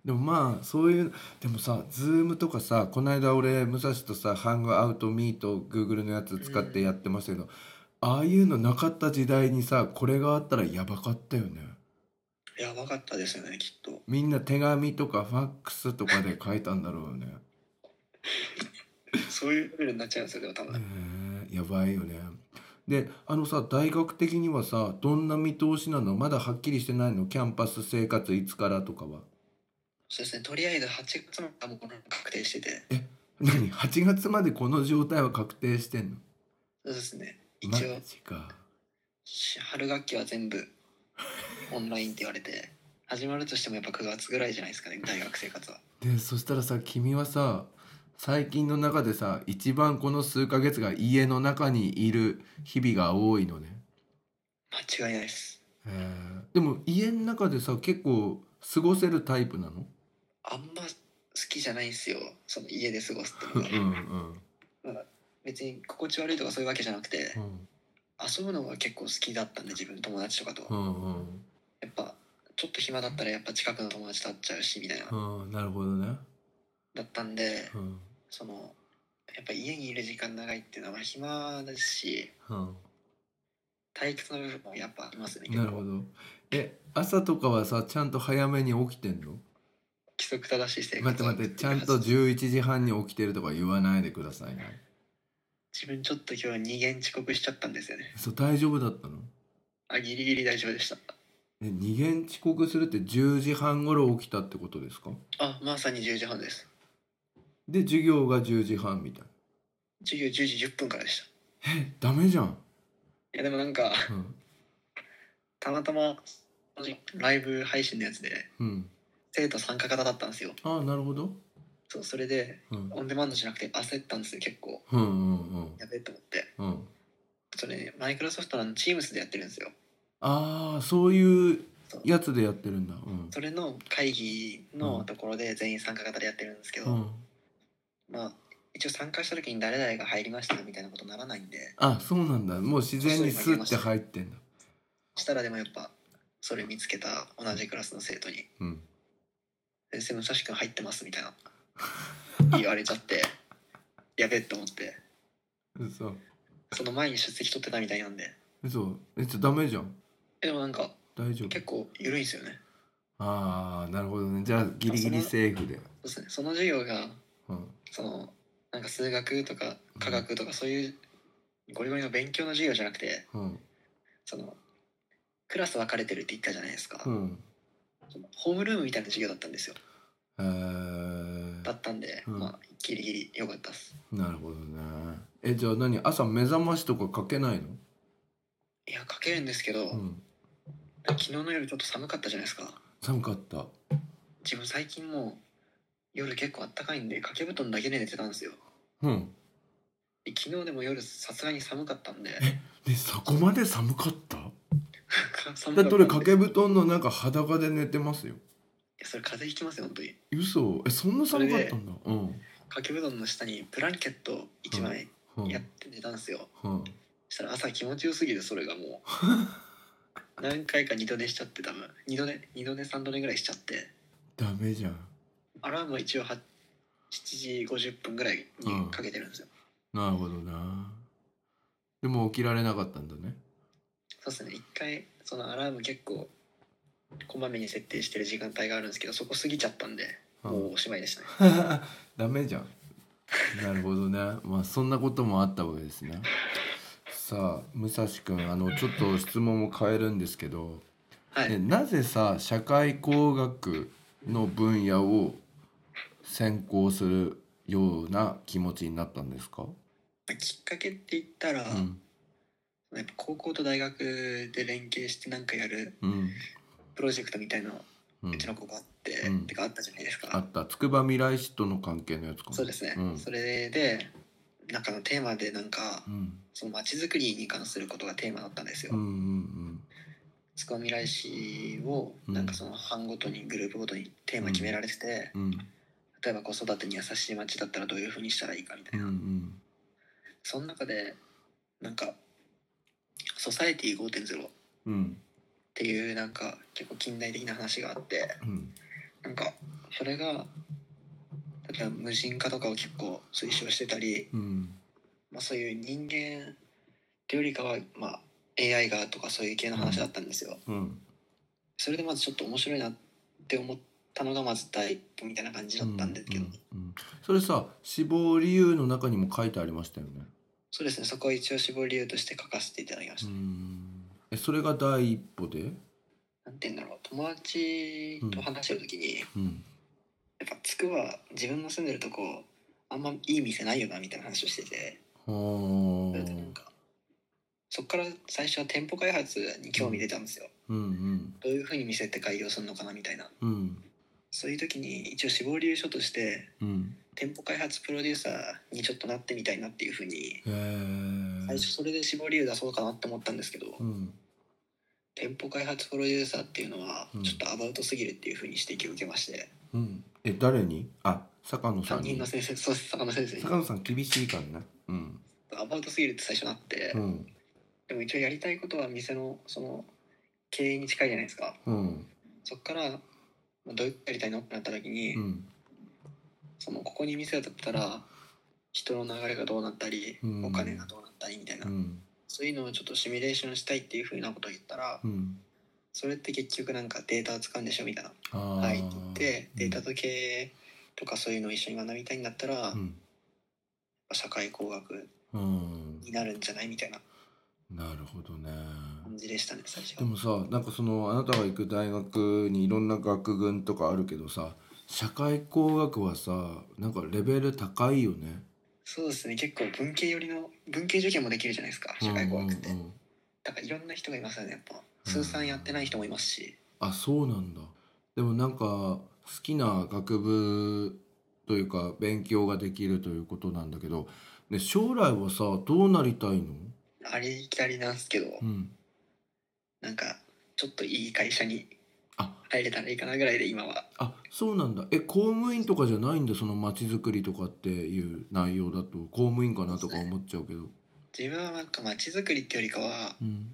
Speaker 2: でもまあそういうでもさズームとかさこの間俺武蔵とさハングアウトミート Google のやつ使ってやってましたけど、ああいうのなかった時代にさこれがあったらやばかったよね
Speaker 3: やばかったですよねきっと
Speaker 2: みんな手紙とかファックスとかで書いたんだろうね
Speaker 3: そういうレベルになっちゃいますよでも
Speaker 2: へ
Speaker 3: 多分
Speaker 2: えやばいよねであのさ大学的にはさどんな見通しなのまだはっきりしてないのキャンパス生活いつからとかは
Speaker 3: そうですねとりあえず8月のあもうこの確定してて
Speaker 2: 何8月までこの状態は確定してんの
Speaker 3: そうですね一
Speaker 2: マ
Speaker 3: 応
Speaker 2: ジか
Speaker 3: 春学期は全部オンラインって言われて始まるとしてもやっぱ9月ぐらいじゃないですかね大学生活は
Speaker 2: でそしたらさ君はさ最近の中でさ一番この数ヶ月が家の中にいる日々が多いのね、
Speaker 3: 間違いないです
Speaker 2: へえでも家の中でさ結構過ごせるタイプなの
Speaker 3: あんま好きじゃないんですよその家で過ごすって
Speaker 2: う
Speaker 3: の
Speaker 2: んう
Speaker 3: が
Speaker 2: ん
Speaker 3: 別に心地悪いとかそういうわけじゃなくて
Speaker 2: うん
Speaker 3: 遊ぶのが結構好きだったんで自分友達とかと
Speaker 2: う
Speaker 3: や
Speaker 2: んうん
Speaker 3: っぱちょっと暇だったらやっぱ近くの友達と会っちゃうしみたいな
Speaker 2: うんなるほどね
Speaker 3: だったんで
Speaker 2: うん
Speaker 3: そのやっぱ家にいる時間長いっていうのは暇だし
Speaker 2: うん
Speaker 3: 退屈な部分もやっぱありますね
Speaker 2: なるほどえ朝とかはさちゃんと早めに起きてんの
Speaker 3: 規則正しい生活
Speaker 2: 待って待ってちゃんと11時半に起きてるとか言わないでくださいね
Speaker 3: 自分ちょっと今日2限遅刻しちゃったんですよね
Speaker 2: そう大丈夫だったの
Speaker 3: あギリギリ大丈夫でした
Speaker 2: え2限遅刻するって10時半頃起きたってことですか
Speaker 3: あまさに10時半です
Speaker 2: で授業が10時半みたいな
Speaker 3: 授業10時10分からでした
Speaker 2: えダメじゃん、
Speaker 3: いやでもなんか
Speaker 2: うん
Speaker 3: たまたまライブ配信のやつで
Speaker 2: うん、
Speaker 3: 生徒参加型だったんですよ
Speaker 2: ああなるほど、
Speaker 3: そうそれで
Speaker 2: うん、
Speaker 3: オンデマンドじゃなくて焦ったんですよ結構
Speaker 2: うんうんうん
Speaker 3: やべえと思って
Speaker 2: うん
Speaker 3: それねマイクロソフトの Teams でやってるんですよ
Speaker 2: ああそういう
Speaker 3: そう
Speaker 2: やつでやってるんだうん
Speaker 3: それの会議のところで全員参加型でやってるんですけど、
Speaker 2: うん、
Speaker 3: まあ一応参加した時に誰々が入りましたみたいなことならないんで
Speaker 2: あそうなんだもう自然にスッて入ってんだ
Speaker 3: したらでもやっぱそれ見つけた同じクラスの生徒に
Speaker 2: うん
Speaker 3: 「先生武蔵君入ってます」みたいな言われちゃってやべえと思って
Speaker 2: 嘘
Speaker 3: その前に出席取ってたみたいなんで
Speaker 2: 嘘えちょダメじゃん
Speaker 3: えでもなんか
Speaker 2: 大丈夫
Speaker 3: 結構緩いんですよね
Speaker 2: ああなるほどねじゃあギリギリセーフで
Speaker 3: そうですねその授業が
Speaker 2: うん
Speaker 3: そのなんか数学とか科学とかそういうゴリゴリの勉強の授業じゃなくて
Speaker 2: うん
Speaker 3: そのクラス分かれてるって言ったじゃないですか、
Speaker 2: うん
Speaker 3: そのホームルームみたいな授業だったんですよ
Speaker 2: えー
Speaker 3: だったんで、
Speaker 2: うん
Speaker 3: まあギリギリ良かったっす
Speaker 2: なるほどねえじゃあ何朝目覚ましとかかけないの
Speaker 3: いやかけるんですけど、
Speaker 2: うん
Speaker 3: 昨日の夜ちょっと寒かったじゃないですか
Speaker 2: 寒かった
Speaker 3: 自分最近もう夜結構あったかいんで掛け布団だけで寝てたんですよ
Speaker 2: うん
Speaker 3: で昨日でも夜さすがに寒かったんで
Speaker 2: でそこまで寒かった
Speaker 3: [LAUGHS]
Speaker 2: だ
Speaker 3: 寒かっ
Speaker 2: った
Speaker 3: ん
Speaker 2: て
Speaker 3: で
Speaker 2: 俺掛け布団の中裸で寝てますよ
Speaker 3: いやそれ風邪ひきますよ本当に
Speaker 2: 嘘えそんな寒かったんだうん
Speaker 3: 掛け布団の下にブランケット1枚
Speaker 2: うん
Speaker 3: やって寝たんですよ、
Speaker 2: うん
Speaker 3: そしたら朝気持ちよすぎてそれがもう
Speaker 2: [LAUGHS]
Speaker 3: 何回か二度寝しちゃって多分二度寝二度寝三度寝ぐらいしちゃって
Speaker 2: ダメじゃん
Speaker 3: アラームは一応は7時50分ぐらいにかけてるんですよ、
Speaker 2: なるほどなでも起きられなかったんだね
Speaker 3: そうですね一回そのアラーム結構こまめに設定してる時間帯があるんですけどそこ過ぎちゃったんで
Speaker 2: うん
Speaker 3: もうおしまいでしたね、
Speaker 2: [LAUGHS] ダメじゃん。なるほどね。まあそんなこともあったわけですね。さあ武蔵くんあのちょっと質問を変えるんですけど、
Speaker 3: はい、
Speaker 2: ねなぜさ社会工学の分野を専攻するような気持ちになったんですか？
Speaker 3: きっかけって言ったら、
Speaker 2: うん
Speaker 3: やっぱ高校と大学で連携してなんかやる
Speaker 2: うん
Speaker 3: プロジェクトみたいなの
Speaker 2: うん
Speaker 3: うちの子があって、
Speaker 2: うん
Speaker 3: てかあったじゃないですか
Speaker 2: あった筑波未来市との関係のやつかな。
Speaker 3: そうですね、
Speaker 2: うん
Speaker 3: それでなんかのテーマでなんか
Speaker 2: うん
Speaker 3: そのまちづくりに関することがテーマだったんですよ
Speaker 2: うんうんうん
Speaker 3: つかみ来市を
Speaker 2: うん
Speaker 3: なんかその班ごとにグループごとにテーマ決められてて、
Speaker 2: うん
Speaker 3: 例えば子育てに優しい町だったらどういうふうにしたらいいかみ
Speaker 2: う
Speaker 3: たい
Speaker 2: んう
Speaker 3: な、
Speaker 2: ん
Speaker 3: その中でなんか「ソサエティ5.0」っ
Speaker 2: うん
Speaker 3: ていうなんか結構近代的な話があって
Speaker 2: うん
Speaker 3: なんかそれが例えば無人化とかを結構推奨してたり
Speaker 2: うん
Speaker 3: まあ、そういう人間っていうよりかは、まあ、AI がとかそういう系の話だったんですよ、
Speaker 2: うん
Speaker 3: それでまずちょっと面白いなって思ったのがまず第一歩みたいな感じだったんですけど、
Speaker 2: うんうんうんそれさ死亡理由の中にも書いてありましたよね
Speaker 3: そうですねそこは一応絞り理由として書かせていただきまし
Speaker 2: う
Speaker 3: た、
Speaker 2: んえそれが第一歩で
Speaker 3: なんて言うんだろう友達と話してる時に、や
Speaker 2: うん
Speaker 3: っぱつくば自分の住んでるとこあんまいい店ないよなみたいな話をしてて、
Speaker 2: ほ
Speaker 3: それでなんかそっから最初は店舗開発に興味出たんですよ、
Speaker 2: うんうん
Speaker 3: どういうふうに店って開業するのかなみたいな
Speaker 2: うん
Speaker 3: そういう時に一応死亡理由書として
Speaker 2: うん
Speaker 3: 店舗開発プロデューサーにちょっとなってみたいなっていうふうに
Speaker 2: へえ
Speaker 3: 最初それで志望理由出そうかなって思ったんですけど、
Speaker 2: うん
Speaker 3: 店舗開発プロデューサーっていうのは
Speaker 2: うん
Speaker 3: ちょっとアバウトすぎるっていうふうに指摘を受けまして、
Speaker 2: うんえ誰にあ坂野さ
Speaker 3: 担
Speaker 2: ん
Speaker 3: 任
Speaker 2: に
Speaker 3: の先生そうです坂野先生に
Speaker 2: 坂野さん厳しいからねうん
Speaker 3: アバウトすぎるって最初なって、
Speaker 2: うん
Speaker 3: でも一応やりたいことは店のその経営に近いじゃないですか
Speaker 2: うん
Speaker 3: そっからまあどうやってやりたいのってなった時に、
Speaker 2: うん
Speaker 3: そのここに店を建てたら人の流れがどうなったり、
Speaker 2: うん
Speaker 3: お金がどうなったりみたいな、
Speaker 2: うん
Speaker 3: そういうのをちょっとシミュレーションしたいっていうふうなことを言ったら、
Speaker 2: うん
Speaker 3: それって結局なんかデータを使うんでしょみたいな
Speaker 2: あー
Speaker 3: はいって言って
Speaker 2: う
Speaker 3: デ
Speaker 2: ん
Speaker 3: ータと経営とかそういうのを一緒に学びたいんだったら、
Speaker 2: うん
Speaker 3: 社会工学
Speaker 2: うん
Speaker 3: になるんじゃないみたいな
Speaker 2: なるほどね
Speaker 3: 感じでしたね最初
Speaker 2: でもさなんかそのあなたが行く大学にいろんな学群とかあるけどさ社会工学はさなんかレベル高いよね
Speaker 3: そうですね結構文系寄りの文系受験もできるじゃないですか社会工学って、
Speaker 2: うんうんうん
Speaker 3: だからいろんな人がいますよねやっぱ通算やってない人もいますし、
Speaker 2: あそうなんだでもなんか好きな学部というか勉強ができるということなんだけど、ね、将来はさどうなりたいの、
Speaker 3: ありきたりなんですけど、
Speaker 2: うん、
Speaker 3: なんかちょっといい会社に
Speaker 2: あ
Speaker 3: 入れたらいいかなぐらいで今は
Speaker 2: あそうなんだえ公務員とかじゃないんだそのまちづくりとかっていう内容だと公務員かなとか思っちゃうけど
Speaker 3: 自分はなんか街づくりってよりかは
Speaker 2: うん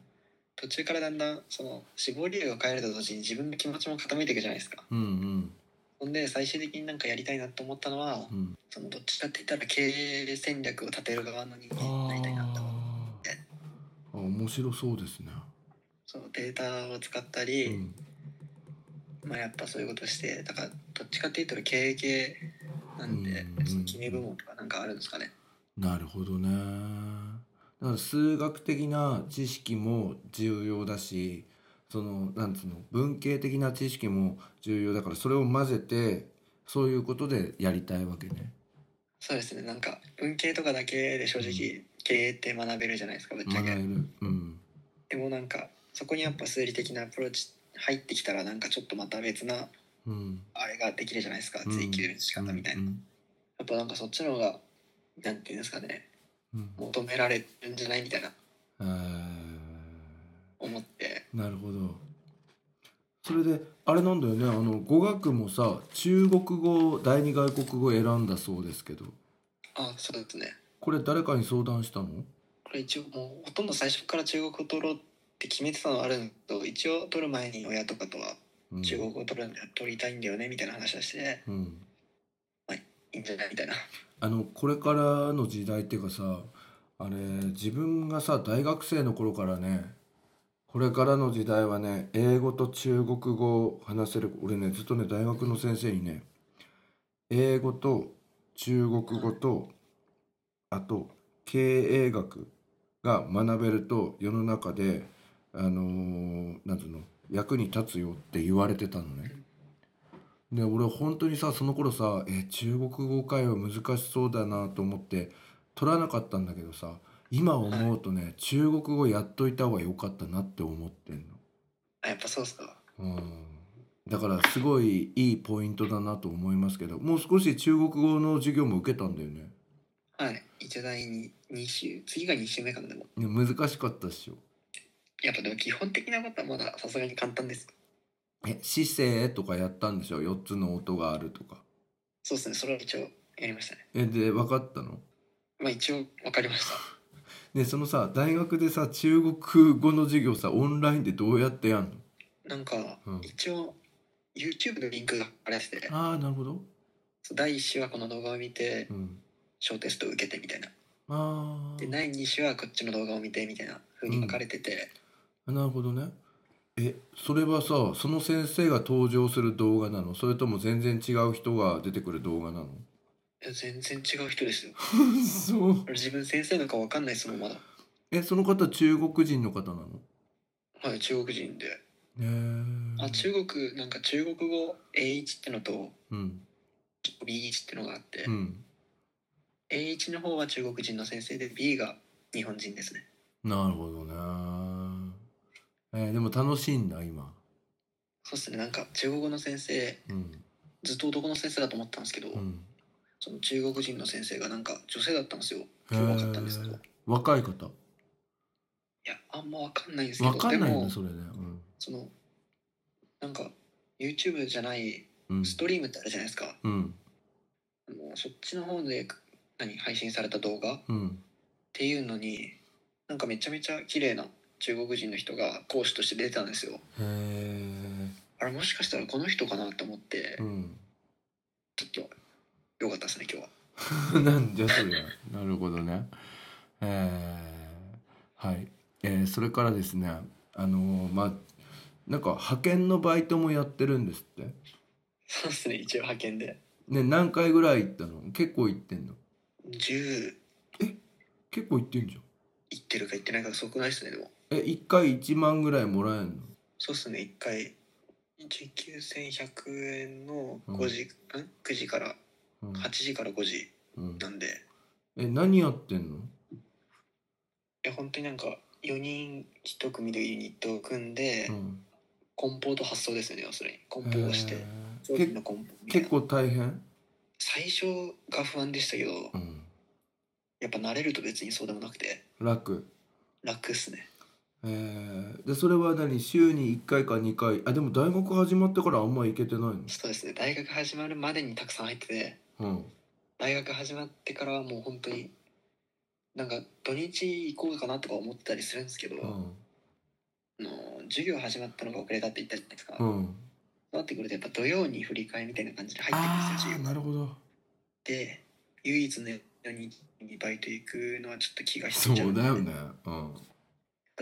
Speaker 3: 途中からだんだんその志望理由を変えると同時に自分の気持ちも傾いていくじゃないですか
Speaker 2: うんうん
Speaker 3: ほんで最終的になんかやりたいなと思ったのは、
Speaker 2: うん
Speaker 3: そのどっちかって言ったら経営戦略を立てる側の人間に
Speaker 2: あ
Speaker 3: なりたいなと思う
Speaker 2: ーあ面白そうですね、
Speaker 3: そのデータを使った
Speaker 2: う
Speaker 3: り、
Speaker 2: ん、
Speaker 3: まあやっぱそういうことしてだからどっちかって言ったら経営系なんで、
Speaker 2: うんうん
Speaker 3: その決め部門とかなんかあるんですかね
Speaker 2: なるほどねだから数学的な知識も重要だしそのなんつうの文系的な知識も重要だからそれを混ぜてそういうことでやりたいわけね
Speaker 3: そうですねなんか文系とかだけで正直経営って学べるじゃないですかぶっちゃ
Speaker 2: 学
Speaker 3: け、
Speaker 2: べるうん
Speaker 3: でもなんかそこにやっぱ数理的なアプローチ入ってきたらなんかちょっとまた別な
Speaker 2: うん
Speaker 3: あれができるじゃないですか追求の仕方みたいな、
Speaker 2: うん
Speaker 3: やっぱなんかそっちの方がなんていうんですかね
Speaker 2: うんうん
Speaker 3: 求められるんじゃないみたいな
Speaker 2: え
Speaker 3: 思って
Speaker 2: ーなるほどそれであれなんだよねあの語学もさ中国語第二外国語選んだそうですけど
Speaker 3: あそうですね
Speaker 2: これ誰かに相談したの
Speaker 3: これ一応もうほとんど最初から中国語取ろうって決めてたのはあるんだけど一応取る前に親とかとは
Speaker 2: うん
Speaker 3: 中国語取るんだ、取りたいんだよねみたいな話をして
Speaker 2: うん
Speaker 3: いいんじゃないみたいな [LAUGHS]
Speaker 2: あのこれからの時代っていうかさあれ自分がさ大学生の頃からねこれからの時代はね英語と中国語を話せる俺ねずっとね大学の先生にね英語と中国語とあと経営学が学べると世の中であのーなんつうの役に立つよって言われてたのね。で俺本当にさその頃さえ中国語会は難しそうだなと思って取らなかったんだけどさ今思うとね、中国語やっといた方が良かったなって思ってん
Speaker 3: あやっぱそうっすか
Speaker 2: の、うん、だからすごいいいポイントだなと思いますけどもう少し中国語の授業も受けたんだよね
Speaker 3: はい一応第に2週次が2週目かなでも
Speaker 2: ね難しかったっしょ
Speaker 3: やっぱでも基本的なことはまださすがに簡単です
Speaker 2: え姿勢とかやったんでしょ4つの音があるとか
Speaker 3: そうですねそれは一応やりましたね
Speaker 2: えで分かったの
Speaker 3: まあ一応分かりました
Speaker 2: ねそのさ大学でさ中国語の授業さオンラインでどうやってやんの
Speaker 3: なんか、
Speaker 2: うん
Speaker 3: 一応 YouTube のリンクがあれてて
Speaker 2: ああなるほど、
Speaker 3: そう第1週はこの動画を見て
Speaker 2: うん、
Speaker 3: 小テストを受けてみたいな
Speaker 2: あ
Speaker 3: で第2週はこっちの動画を見てみたいな風に書かれてて、
Speaker 2: あなるほどねえそれはさその先生が登場する動画なのそれとも全然違う人が出てくる動画なの
Speaker 3: いや全然違う人ですよ
Speaker 2: そう
Speaker 3: 俺自分先生の顔わかんないですもんまだ
Speaker 2: えその方中国人の方なの
Speaker 3: はい中国人で
Speaker 2: へえ
Speaker 3: あ中国なんか中国語 A1 ってのと
Speaker 2: うん、
Speaker 3: B1 ってのがあって、
Speaker 2: うん、
Speaker 3: A1 の方は中国人の先生で B が日本人ですね
Speaker 2: なるほどねえーでも楽しいんだ今
Speaker 3: そうっすねなんか中国語の先生
Speaker 2: うん
Speaker 3: ずっと男の先生だと思ったんですけど、
Speaker 2: うん
Speaker 3: その中国人の先生がなんか女性だったんですよ
Speaker 2: へ
Speaker 3: 今日分かったんですけど
Speaker 2: ー若い方
Speaker 3: いやあんまわかんないんですけど
Speaker 2: わかんない
Speaker 3: で
Speaker 2: んだ
Speaker 3: も
Speaker 2: それね
Speaker 3: そのなんか YouTube じゃない
Speaker 2: うんうん
Speaker 3: ストリームってあるじゃないですか、
Speaker 2: うん
Speaker 3: あのそっちの方で何配信された動画っ
Speaker 2: うん
Speaker 3: ていうのになんかめちゃめちゃ綺麗な中国人の人が講師として出てたんですよ
Speaker 2: へえ
Speaker 3: あれもしかしたらこの人かなと思って
Speaker 2: うん
Speaker 3: ちょっと良かったですね今日は
Speaker 2: なん [LAUGHS] じゃそりゃなるほどねえーはい、えーそれからですねあのーまあなんか派遣のバイトもやってるんですって
Speaker 3: そうですね一応派遣で
Speaker 2: ね何回ぐらい行ったの結構行ってんの
Speaker 3: 10
Speaker 2: 結構行ってんじゃん
Speaker 3: 行ってるか行ってないかすごくないですねでも
Speaker 2: え一回1万ぐらいもらえるの
Speaker 3: そうですね一回時給1100円の
Speaker 2: うん
Speaker 3: 5時、ん、9時から
Speaker 2: うん
Speaker 3: 8時から5時
Speaker 2: うん
Speaker 3: なんでい
Speaker 2: え何やってんの
Speaker 3: や本当になんか4人1組でユニットを組んで、
Speaker 2: うん
Speaker 3: 梱包と発送ですね要するに梱包をして、
Speaker 2: え
Speaker 3: 商
Speaker 2: ー
Speaker 3: 品
Speaker 2: け
Speaker 3: の梱包みたいな
Speaker 2: 結構大変
Speaker 3: 最初が不安でしたけど
Speaker 2: うん
Speaker 3: やっぱ慣れると別にそうでもなくて
Speaker 2: 楽
Speaker 3: 楽っすね
Speaker 2: えーでそれは何週に1回か2回あでも大学始まってからあんま行けてないの
Speaker 3: そうですね大学始まるまでにたくさん入ってて
Speaker 2: うん
Speaker 3: 大学始まってからはもう本当になんか土日行こうかなとか思ってたりするんですけど、
Speaker 2: う
Speaker 3: あ
Speaker 2: ん
Speaker 3: の授業始まったのが遅れたって言ったじゃないですか、
Speaker 2: うん
Speaker 3: そうなってくるとやっぱ土曜に振り替えみたいな感じで入ってくるん
Speaker 2: あ
Speaker 3: ですよ
Speaker 2: あ
Speaker 3: 授業
Speaker 2: なるほど
Speaker 3: で唯一ね土日にバイト行くのはちょっと気が引
Speaker 2: そ
Speaker 3: いちゃうん
Speaker 2: う
Speaker 3: で
Speaker 2: だよねうん
Speaker 3: でも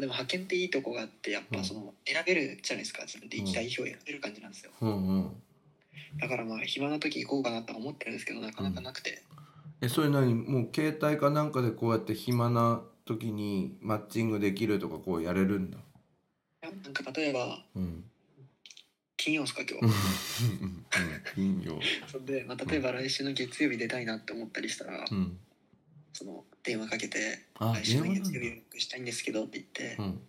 Speaker 3: 派遣っていいとこがあってやっぱその選べるじゃないですか自分で行きたい日を選べる感じなんですよ
Speaker 2: うんうん
Speaker 3: だからまあ暇な時行こうかなとは思ってるんですけどなかなかなくて、
Speaker 2: えそれ何もう携帯かなんかでこうやって暇な時にマッチングできるとかこうやれるんだ
Speaker 3: なんか例えば
Speaker 2: うん
Speaker 3: 金曜ですか今
Speaker 2: うん
Speaker 3: 日、
Speaker 2: うんうん
Speaker 3: そんで、まあ、例えば来週の月曜日出たいなって思ったりしたら、
Speaker 2: うん
Speaker 3: その電話かけて「
Speaker 2: あ
Speaker 3: 来週
Speaker 2: 電
Speaker 3: の
Speaker 2: 話なん
Speaker 3: 月
Speaker 2: だ
Speaker 3: 曜日予約したいんですけど」って言って、
Speaker 2: うん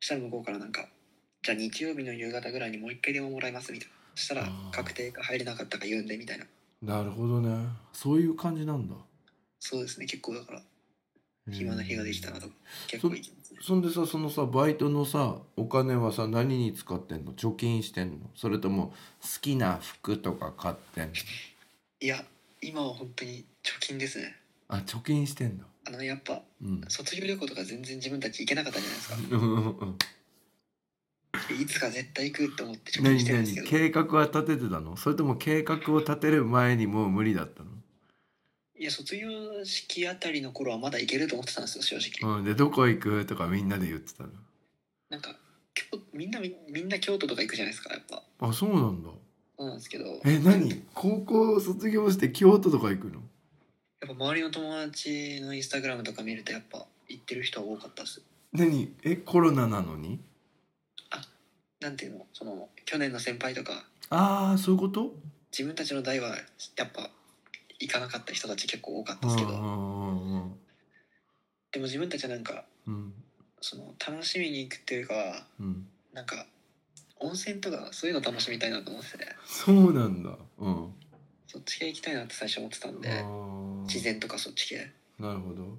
Speaker 3: そしたら向こうからなんか「じゃあ日曜日の夕方ぐらいにもう一回電話もらいます」みたいなそしたら
Speaker 2: あー
Speaker 3: 確定か入れなかったか言うんでみたいな
Speaker 2: なるほどねそういう感じなんだ
Speaker 3: そうですね結構だから暇な日ができたなとか結
Speaker 2: そ
Speaker 3: 構いきますね
Speaker 2: そんでさそのさバイトのさお金はさ何に使ってんの貯金してんのそれとも好きな服とか買ってんの
Speaker 3: いや今は本当に貯金ですね
Speaker 2: あ貯金してんだ
Speaker 3: あのやっぱ [LAUGHS]
Speaker 2: うん
Speaker 3: 卒業旅行とか全然自分たち行けなかったじゃないですか
Speaker 2: うんうんうん
Speaker 3: いつか絶対行くと思って貯金
Speaker 2: 何
Speaker 3: してるんですけ
Speaker 2: 何
Speaker 3: ど
Speaker 2: 計画は立ててたのそれとも計画を立てる前にもう無理だった
Speaker 3: いや卒業式あたりの頃はまだ行けると思ってたんですよ正直、
Speaker 2: の、うん、でどこ行くとかみんなで言ってたの
Speaker 3: なんか京みんなみみんな京都とか行くじゃないですかやっぱ
Speaker 2: あそうなんだ
Speaker 3: そうなんですけどやっ
Speaker 2: え何高校を卒業して京都とか行くの
Speaker 3: ぱ周りの友達のインスタグラムとか見るとやっぱ行ってる人は多かったです
Speaker 2: 何えコロナなのに
Speaker 3: なんていうのその去年の先輩とか
Speaker 2: ああそういうこと
Speaker 3: 自分たちの代はやっぱ行かなかった人たち結構多かった
Speaker 2: うん
Speaker 3: で
Speaker 2: う
Speaker 3: すけど、
Speaker 2: んうん
Speaker 3: でも自分たちはなんか
Speaker 2: うん
Speaker 3: その楽しみに行くっていうか
Speaker 2: うん
Speaker 3: なんか温泉とかそういうの楽しみたいなと思ってて
Speaker 2: そうなんだうん
Speaker 3: そっち系行きたいなって最初思ってたん
Speaker 2: あ
Speaker 3: で
Speaker 2: ー
Speaker 3: 自然とかそっち系
Speaker 2: なるほど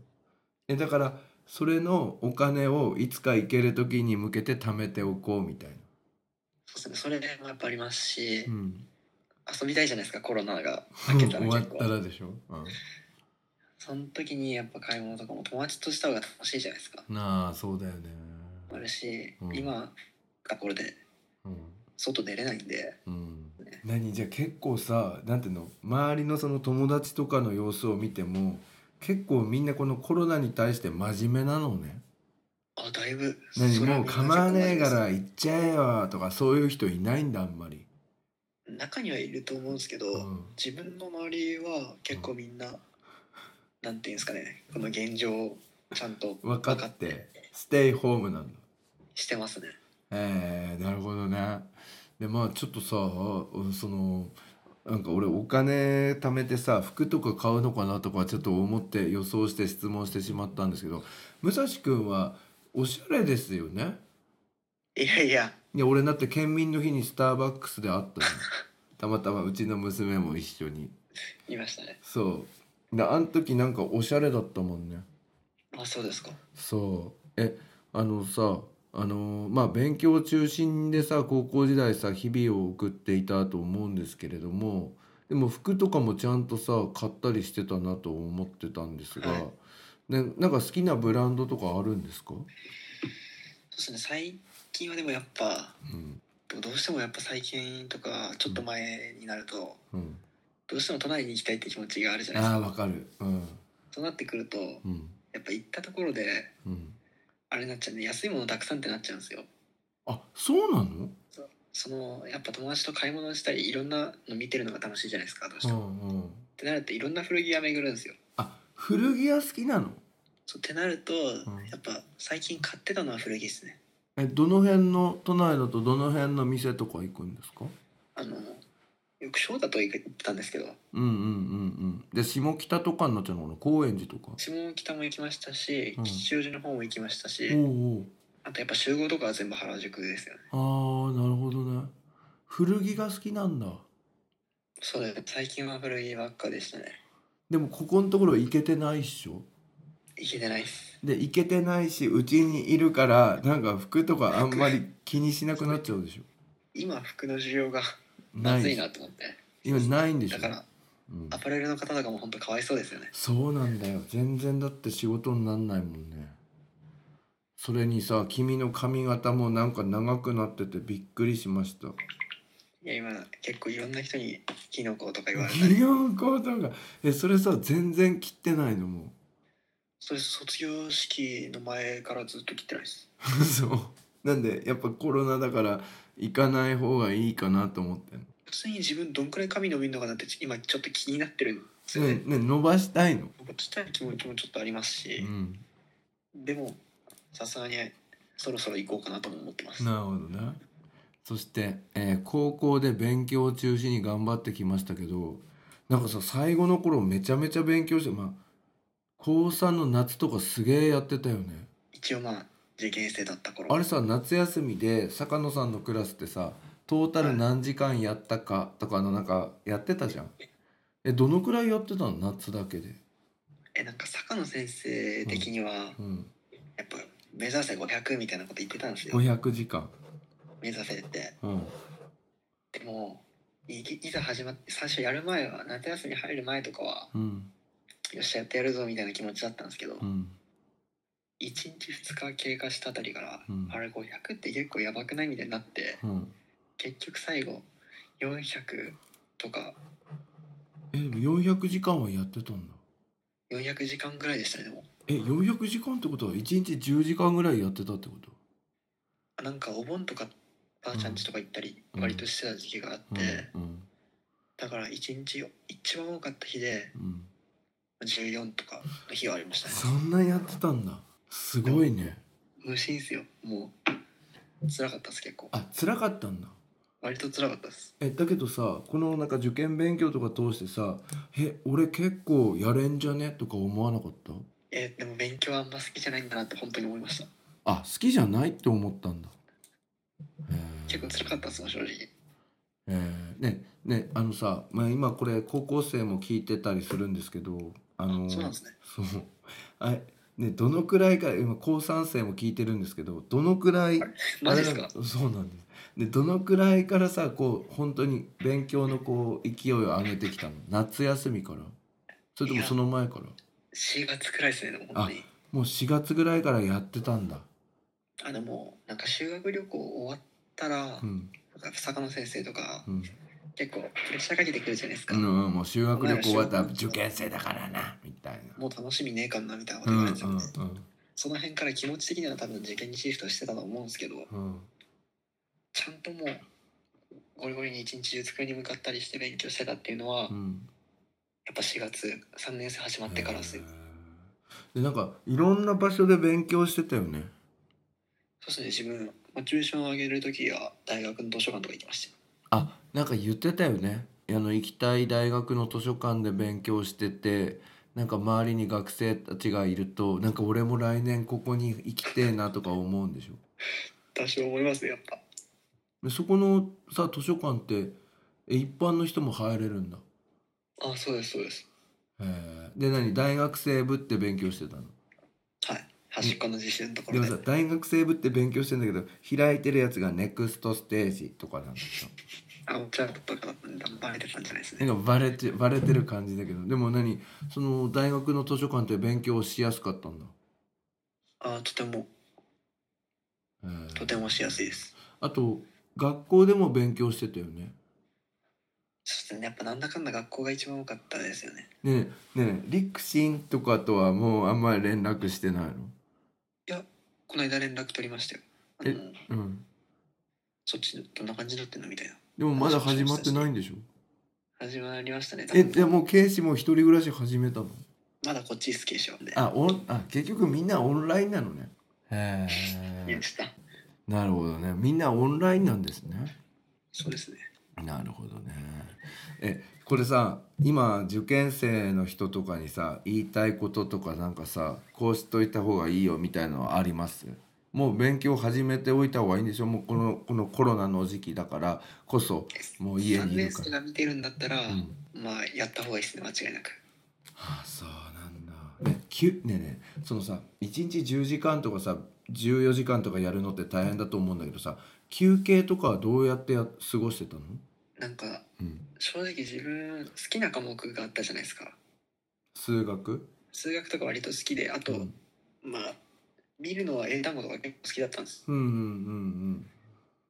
Speaker 2: えだからそれのお金をいつか行ける時に向けて貯めておこうみたいな
Speaker 3: そうですねそれもやっぱありますし、
Speaker 2: うん
Speaker 3: 遊びたいじゃないですかコロナが明
Speaker 2: [LAUGHS]
Speaker 3: け
Speaker 2: 終
Speaker 3: たら
Speaker 2: わ
Speaker 3: 結
Speaker 2: っ
Speaker 3: 構
Speaker 2: たらでしょ、
Speaker 3: その時にやっぱ買い物とかも友達とした方が楽しいじゃないですか
Speaker 2: うん、なあそうだよね
Speaker 3: あるし、
Speaker 2: うん
Speaker 3: 今学校で
Speaker 2: うん
Speaker 3: 外出れないんで
Speaker 2: うん何じゃあ結構さなんていうの周りのその友達とかの様子を見ても結構みんなこのコロナに対して真面目なのね
Speaker 3: あだいぶ
Speaker 2: 何
Speaker 3: それは
Speaker 2: もう
Speaker 3: みんな
Speaker 2: 構わねえか
Speaker 3: 結構あ
Speaker 2: ら
Speaker 3: りま
Speaker 2: 行っちゃえよとかそういう人いないんだあんまり、
Speaker 3: す中にはいると思うんですけど、
Speaker 2: うん、
Speaker 3: 自分の周りは結構みんな、なんていうんですかねこの現状をちゃんと
Speaker 2: 分かってステイホームなんだ
Speaker 3: してますね
Speaker 2: えー、なるほどね。でまあちょっとさうんそのなんか俺お金貯めてさ服とか買うのかなとかちょっと思って予想して質問してしまったんですけど武蔵くんはおしゃれですよね。
Speaker 3: いやいや
Speaker 2: いや俺だって県民の日にスターバックスで会ったじゃんたまたまうちの娘も一緒に
Speaker 3: 言いましたね
Speaker 2: そうであん時なんかおしゃれだったもんね
Speaker 3: あそうですか
Speaker 2: そうえあのさあのまあ勉強中心でさ高校時代さ日々を送っていたと思うんですけれどもでも服とかもちゃんとさ買ったりしてたなと思ってたんですが、
Speaker 3: はい
Speaker 2: ね、なんか好きなブランドとかあるんですか、
Speaker 3: そうですね最近はでもやっぱ
Speaker 2: うん
Speaker 3: どうしてもやっぱ最近とかちょっと前になると
Speaker 2: うん、
Speaker 3: どうしても都内に行きたいって気持ちがあるじゃないです
Speaker 2: ああ
Speaker 3: か
Speaker 2: わかるうん
Speaker 3: そうなってくると
Speaker 2: うん
Speaker 3: やっぱ行ったところで
Speaker 2: うん
Speaker 3: あれになっちゃうんで安いものたくさんってなっちゃうんですよ
Speaker 2: あそうなの
Speaker 3: そのやっぱ友達と買い物したりいろんなの見てるのが楽しいじゃないですかどうして
Speaker 2: う
Speaker 3: も、っ
Speaker 2: んうん
Speaker 3: てなるといろんな古着屋巡るんですよ
Speaker 2: あ古着屋好きなの
Speaker 3: そうってなると、
Speaker 2: ん
Speaker 3: やっぱ最近買ってたのは古着ですね
Speaker 2: えどの辺の都内だとどの辺の店とか行くんですか
Speaker 3: あのよく翔太と行ったんですけど
Speaker 2: うんうんうんうんで下北とかになっちゃうのかな高円寺とか
Speaker 3: 下北も行きましたし
Speaker 2: うん
Speaker 3: 吉祥寺の方も行きましたし、
Speaker 2: おう
Speaker 3: あとやっぱ集合とかは全部原宿ですよね
Speaker 2: おうああなるほどね古着が好きなんだ
Speaker 3: そうだよね最近は古着ばっかでしたね
Speaker 2: でもここのところ行けてないっしょ
Speaker 3: 行けてないです
Speaker 2: で行けてないしうちにいるからなんか服とかあんまり気にしなくなっちゃうでしょ
Speaker 3: 今服の需要が
Speaker 2: な
Speaker 3: ま
Speaker 2: い
Speaker 3: ず
Speaker 2: で
Speaker 3: い
Speaker 2: しょ
Speaker 3: なと思って
Speaker 2: 今ないんでしょ
Speaker 3: だから
Speaker 2: うん
Speaker 3: アパレルの方とかも本当かわいそうですよね
Speaker 2: そうなんだよ全然だって仕事になんないもんねそれにさ君の髪型もなんか長くなっててびっくりしました
Speaker 3: いや今結構いろんな人にキノコとか言われ
Speaker 2: [LAUGHS]
Speaker 3: たり
Speaker 2: 美容コートがえそれさ全然切ってないのも [LAUGHS]
Speaker 3: それ卒業式の前からずっと来てないです
Speaker 2: うそうなんでやっぱコロナだから行かない方がいいかなと思ってんの
Speaker 3: 普通に自分どんくらい髪伸びるのかなって今ちょっと気になってるんですよね
Speaker 2: ねね伸ばしたいの、
Speaker 3: 僕したい気持ちもちょっとあります
Speaker 2: う
Speaker 3: し、
Speaker 2: ん、
Speaker 3: でもさすがにそろそろ行こうかなとも思ってます
Speaker 2: なるほどねそして、えー高校で勉強を中心に頑張ってきましたけどなんかさ最後の頃めちゃめちゃ勉強してまあ高3の夏とかすげえやってたよね
Speaker 3: 一応まあ受験生だった頃
Speaker 2: あれさ夏休みで坂野さんのクラスってさトータル何時間やったかとかのなんかやってたじゃんえどのくらいやってたの夏だけで
Speaker 3: えなんか坂野先生的には
Speaker 2: うん
Speaker 3: やっぱ目指せ500みたいなこと言ってたんですよ
Speaker 2: 500時間
Speaker 3: 目指せって
Speaker 2: うん
Speaker 3: でもいいざ始まって最初やる前は夏休み入る前とかは
Speaker 2: うん
Speaker 3: よっしゃやってやるぞみたいな気持ちだったんですけど、
Speaker 2: うん
Speaker 3: 一1日2日経過したあたりから、
Speaker 2: うん
Speaker 3: あれ500って結構やばくないみたいになって
Speaker 2: うん
Speaker 3: 結局最後400とか
Speaker 2: えでも400時間はやってたんだ
Speaker 3: 400時間ぐらいでしたねでも
Speaker 2: え400時間ってことは1日10時間ぐらいやってたってこと
Speaker 3: なんかお盆とかばあちゃん家とか行ったり
Speaker 2: うん
Speaker 3: 割としてた時期があって、
Speaker 2: うん
Speaker 3: だから一日一番多かった日で
Speaker 2: うん、
Speaker 3: 14とかの日はありましたね
Speaker 2: そんなやってたんだすごいね
Speaker 3: 無心っすよもう辛かったです結構
Speaker 2: あ辛かったんだ
Speaker 3: 割と辛かったです
Speaker 2: えだけどさこのなんか受験勉強とか通してさ「え俺結構やれんじゃね?」とか思わなかった
Speaker 3: えーでも勉強はあんま好きじゃないんだなって本当に思いました
Speaker 2: あ好きじゃないって思ったんだへー
Speaker 3: 結構辛かったっすもん正直
Speaker 2: えーねねあのさ、まあ、今これ高校生も聞いてたりするんですけどあの
Speaker 3: そうなんですね
Speaker 2: そうあれねどのくらいから今高3生も聞いてるんですけどどのくらい
Speaker 3: マジですか
Speaker 2: あれなんそうなんですでどのくらいからさこう本当に勉強のこう勢いを上げてきたの夏休みからそれともその前から
Speaker 3: 4月くらいですねでも本当に
Speaker 2: もう4月ぐらいからやってたんだ
Speaker 3: あでもなんか修学旅行終わったら、
Speaker 2: うん
Speaker 3: なんか坂野先生とか、
Speaker 2: うん、
Speaker 3: 結構プレッシャーかけてくるじゃないです
Speaker 2: う
Speaker 3: か、
Speaker 2: んうん、もう修学旅行終わったら
Speaker 3: お前ら
Speaker 2: 受
Speaker 3: 修学
Speaker 2: 験生だからなみたいな
Speaker 3: もう楽しみねえかんなみたいなこ
Speaker 2: う
Speaker 3: と
Speaker 2: ん
Speaker 3: 言
Speaker 2: う
Speaker 3: わ
Speaker 2: ん
Speaker 3: れ
Speaker 2: う
Speaker 3: てたんで、
Speaker 2: ん
Speaker 3: その辺から気持ち的には多分受験にシフトしてたと思うんですけど
Speaker 2: うん
Speaker 3: ちゃんともうゴリゴリに一日中机に向かったりして勉強してたっていうのは、
Speaker 2: う
Speaker 3: や
Speaker 2: ん
Speaker 3: っぱ4月3年生始まってからですよ、
Speaker 2: へーでなんかいろんな場所で勉強してたよね
Speaker 3: そうですね自分モチベーションを上げる時は大学の図書館とか行きましたよ
Speaker 2: あなんか言ってたよねあの行きたい大学の図書館で勉強しててなんか周りに学生たちがいるとなんか俺も来年ここに行きてえなとか思うんでしょ
Speaker 3: 多少思いますねやっぱ
Speaker 2: でそこのさ図書館ってえ一般の人も入れるんだ
Speaker 3: あそうですそうです
Speaker 2: へーで何大学生部って勉強してたの
Speaker 3: はい端っこの実習のとこ
Speaker 2: で
Speaker 3: ろ
Speaker 2: も [LAUGHS]
Speaker 3: で
Speaker 2: さ大学生部って勉強してんだけど開いてるやつがネクストステージとかなんでしょ
Speaker 3: あお茶とかだったんでバレてたんじゃないです
Speaker 2: な
Speaker 3: ね
Speaker 2: んかバレてバレてる感じだけどでも何その大学の図書館って勉強しやすかったんだ
Speaker 3: あとても
Speaker 2: へー
Speaker 3: とてもしやすいです
Speaker 2: あと学校でも勉強してたよね
Speaker 3: そうですねやっぱなんだかんだ学校が一番多かったですよね
Speaker 2: ねえねえリクシンとかとはもうあんまり連絡してないの
Speaker 3: この間連絡取りましたよあ
Speaker 2: え
Speaker 3: の
Speaker 2: うん
Speaker 3: そっちどんな感じになってんのみたいな
Speaker 2: でもまだ始まってないんでしょ
Speaker 3: 始まりましたね多
Speaker 2: え
Speaker 3: 分
Speaker 2: でもうケイシも一人暮らし始めたの
Speaker 3: まだこっちスケーションで
Speaker 2: あオンあ結局みんなオンラインなのねへ
Speaker 3: 見ました
Speaker 2: なるほどねみんなオンラインなんですね
Speaker 3: そうですね
Speaker 2: なるほどねえこれさ今受験生の人とかにさ言いたいこととかなんかさこうしといた方がいいよみたいのはありますもう勉強始めておいた方がいいんでしょもうこのこのコロナの時期だからこそもう家
Speaker 3: 3
Speaker 2: にい
Speaker 3: 年
Speaker 2: るか
Speaker 3: 生
Speaker 2: ら、
Speaker 3: が見てるんだったら、
Speaker 2: うん、
Speaker 3: まあやった方がいいですね間違いなく
Speaker 2: ああそうなんだねきゅねえねえそのさ1日10時間とかさ14時間とかやるのって大変だと思うんだけどさ休憩とかはどうやってや過ごしてたの、
Speaker 3: なんか
Speaker 2: うん、
Speaker 3: 正直自分好きな科目があったじゃないですか
Speaker 2: 数学
Speaker 3: 数学とか割と好きであと、
Speaker 2: うん
Speaker 3: まあ見るのは英単語とか結構好きだったんです
Speaker 2: うんうんうん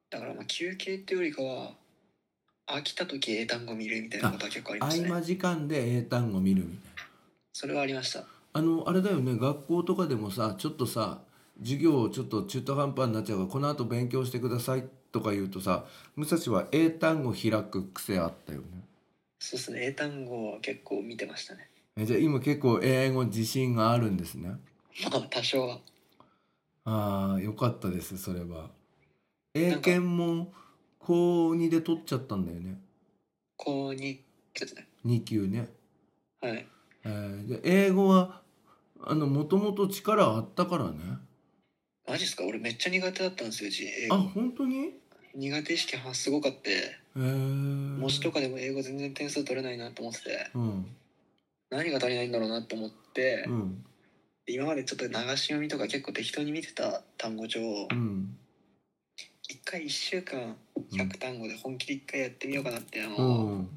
Speaker 3: だからまあ休憩っていうよりかは飽きた時英単語見るみたいなことは結構あり
Speaker 2: うん
Speaker 3: まし
Speaker 2: 合
Speaker 3: たね
Speaker 2: 間時間で英単語見るみたいな
Speaker 3: それはありました
Speaker 2: あのあれだよね学校とかでもさちょっとさ授業ちょっと中途半端になっちゃうからこの後勉強してくださいとか言うとさ武蔵は英単語開く癖あったよね
Speaker 3: そうですね英単語は結構見てましたね
Speaker 2: えじゃあ今結構英語自信があるんですね
Speaker 3: まあ多少は
Speaker 2: ああよかったですそれは英検も高2で取っちゃったんだよね
Speaker 3: 高2ですね
Speaker 2: 2級ね、
Speaker 3: はい
Speaker 2: えーで英語はあのもともと力あったからね
Speaker 3: マジっすか俺めっちゃ苦手だったんですようち英
Speaker 2: あ
Speaker 3: 語
Speaker 2: 本当に
Speaker 3: 苦手意識はすごかって
Speaker 2: へー
Speaker 3: 模試とかでも英語全然点数取れないなと思ってて
Speaker 2: うん
Speaker 3: 何が足りないんだろうなと思って、
Speaker 2: うん
Speaker 3: 今までちょっと流し読みとか結構適当に見てた単語帳を
Speaker 2: うん
Speaker 3: 一回1週間100単語で本気で一回やってみようかなっていう
Speaker 2: う
Speaker 3: のを、
Speaker 2: んうん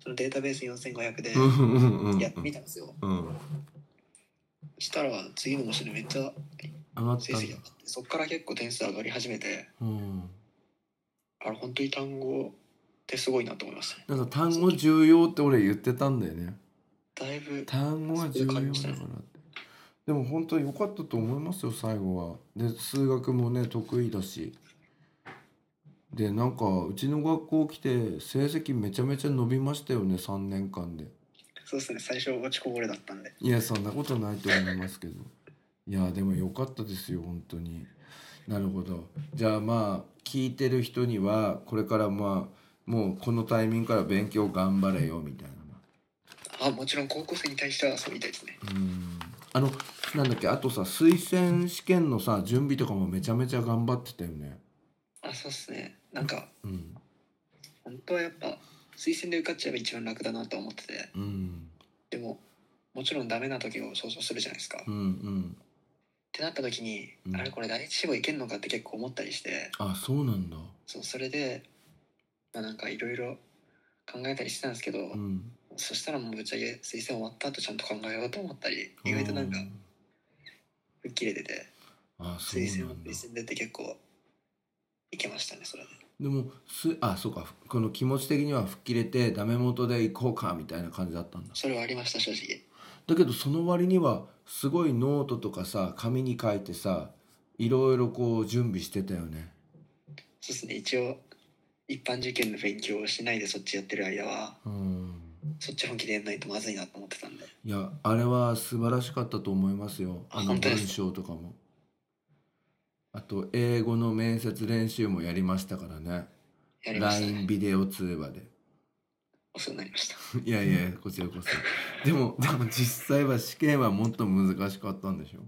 Speaker 3: そのデータベース4500で
Speaker 2: うんうんうん
Speaker 3: やってみたんですよ、
Speaker 2: うん
Speaker 3: したら次の模試でめっちゃ
Speaker 2: 上がっ
Speaker 3: 成
Speaker 2: たん
Speaker 3: 績上
Speaker 2: だ
Speaker 3: がってそっから結構点数上がり始めて
Speaker 2: うん
Speaker 3: あれ本当に単語ってすごいなと思いましたね
Speaker 2: なんか単語重要って俺言ってたんだよね
Speaker 3: だいぶ
Speaker 2: 単語が重要だからってでも本当に良かったと思いますよ最後はで数学もね得意だしでなんかうちの学校来て成績めちゃめちゃ伸びましたよね3年間で
Speaker 3: そうですね最初落ちこぼれだったんで
Speaker 2: いやそんなことないと思いますけどいやでも良かったですよ本当になるほどじゃあまあ聞いてる人にはこれからまあもうこのタイミングから勉強頑張れよみたいな
Speaker 3: あもちろん高校生に対してはそうみたいですね
Speaker 2: うんあのなんだっけあとさ推薦試験のさ準備とかもめちゃめちゃ頑張ってたよね。
Speaker 3: あそうっすねなんか
Speaker 2: うん、
Speaker 3: 本当はやっぱ推薦で受かっちゃえば一番楽だなと思ってて
Speaker 2: うん、
Speaker 3: でももちろんダメな時を想像するじゃないですか、
Speaker 2: う
Speaker 3: っ
Speaker 2: ん、うん。
Speaker 3: てなった時に、
Speaker 2: うん
Speaker 3: あれこれ第一志望いけんのかって結構思ったりして
Speaker 2: あそうなんだ。
Speaker 3: そうそれで、まあ、なんかいろいろ考えたりしてたんですけど、
Speaker 2: うん。
Speaker 3: そしたらもうぶっちゃけ推薦終わった後ちゃんと考えようと思ったり意外となんか吹っ切れてて
Speaker 2: あそう
Speaker 3: 推薦
Speaker 2: な
Speaker 3: は
Speaker 2: んだ
Speaker 3: 推。薦でって結構いけましたねそれで
Speaker 2: でもすあそうかこの気持ち的には吹っ切れてダメ元で行こうかみたいな感じだったんだ。
Speaker 3: それはありました正直
Speaker 2: だけどその割にはすごいノートとかさ紙に書いてさいろいろこう準備してたよね。
Speaker 3: そうですね一応一般受験の勉強をしないでそっちやってる間は
Speaker 2: うん。
Speaker 3: そっち本気でやんないとまずいなと思ってたんで
Speaker 2: いやあれは素晴らしかったと思いますよ
Speaker 3: あ
Speaker 2: あの
Speaker 3: 本当で
Speaker 2: 文
Speaker 3: すか
Speaker 2: 章とかもあと英語の面接練習もやりましたからね
Speaker 3: やりましたね
Speaker 2: LINE ビデオ通話で
Speaker 3: お世話になりました
Speaker 2: いやいやこちらこそでもでも実際は試験はもっと難しかったんでしょ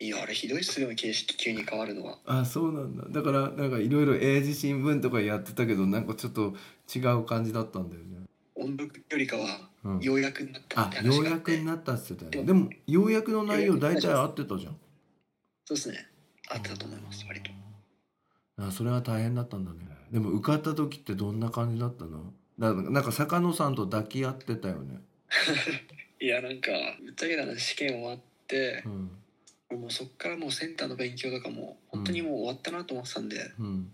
Speaker 3: いやあれひどいっすよ形式急に変わるのは
Speaker 2: あそうなんだだからなんかいろいろ英字新聞とかやってたけどなんかちょっと違う感じだったんだよね、
Speaker 3: 音読よりかは
Speaker 2: うん、
Speaker 3: ようやくになったっ
Speaker 2: あ
Speaker 3: て
Speaker 2: よ
Speaker 3: 話
Speaker 2: う
Speaker 3: があ
Speaker 2: や
Speaker 3: っ
Speaker 2: く
Speaker 3: て
Speaker 2: になったって言ってたよねでもようやくの内容大体合ってたじゃん
Speaker 3: そうですねあったと思います割と
Speaker 2: あそれは大変だったんだねでも受かった時ってどんな感じだったのだなんか坂野さんと抱き合ってたよね、
Speaker 3: いやなんかぶっちゃけたら試験終わって
Speaker 2: う、ん
Speaker 3: もうそっからもうセンターの勉強とかも本当にもう終わったなと思ってたんで、
Speaker 2: うん、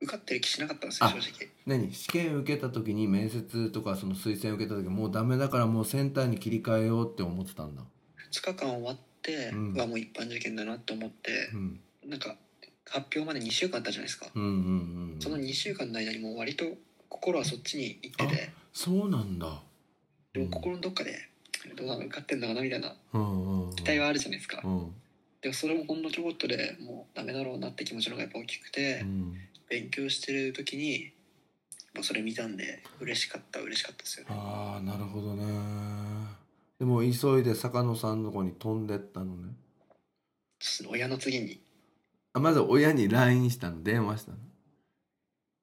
Speaker 3: 受かったり気しなかったんですよ
Speaker 2: あ
Speaker 3: 正直
Speaker 2: 何試験受けた時に面接とかその推薦受けた時もうダメだからもうセンターに切り替えようって思ってたんだ
Speaker 3: 2日間終わって、
Speaker 2: うん
Speaker 3: はもう一般受験だなって思って
Speaker 2: う、ん
Speaker 3: なんか発表まで2週間あったじゃないですか、
Speaker 2: うんうん
Speaker 3: その
Speaker 2: うん
Speaker 3: 2週間の間にもう割と心はそっちに行ってて
Speaker 2: そうなんだ
Speaker 3: でも心のどっかでどうなの受かってんのかなみたいな
Speaker 2: うんうんうん
Speaker 3: 期待はあるじゃないですか、
Speaker 2: うん
Speaker 3: でもそれもほんのちょこっとでもうダメだろうなって気持ちの方がやっぱ大きくて、
Speaker 2: うん
Speaker 3: 勉強してる時にまあそれ見たんで嬉しかった嬉しかったですよね
Speaker 2: ああなるほどねでも急いで坂野さんのとこに飛んでったのね
Speaker 3: その親の次に
Speaker 2: あまず親に LINE したの電話したの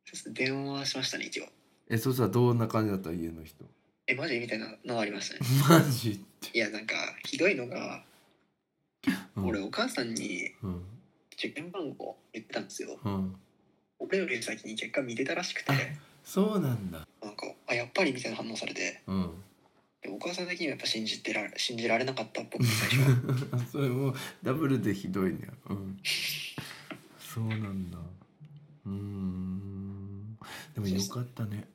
Speaker 3: そうですね電話しましたね一応
Speaker 2: えそしたらどんな感じだった家の [LAUGHS] 人
Speaker 3: えマジみたいなのはありましたね
Speaker 2: マジって、
Speaker 3: いやなんかひどいのが
Speaker 2: うん、
Speaker 3: 俺お母さんに
Speaker 2: うん
Speaker 3: 受験番号言ってたんですよ
Speaker 2: うん
Speaker 3: 俺より先に結果見てたらしく
Speaker 2: [LAUGHS]
Speaker 3: て
Speaker 2: そうなんだ
Speaker 3: なんかあやっぱりみたいな反応されて
Speaker 2: うん
Speaker 3: でお母さん的にはやっぱ信じてら信じられなかったっぽくて最
Speaker 2: [LAUGHS]
Speaker 3: 初は
Speaker 2: [LAUGHS] それもダブルでひどいねうんそうなんだうーんでもよかったね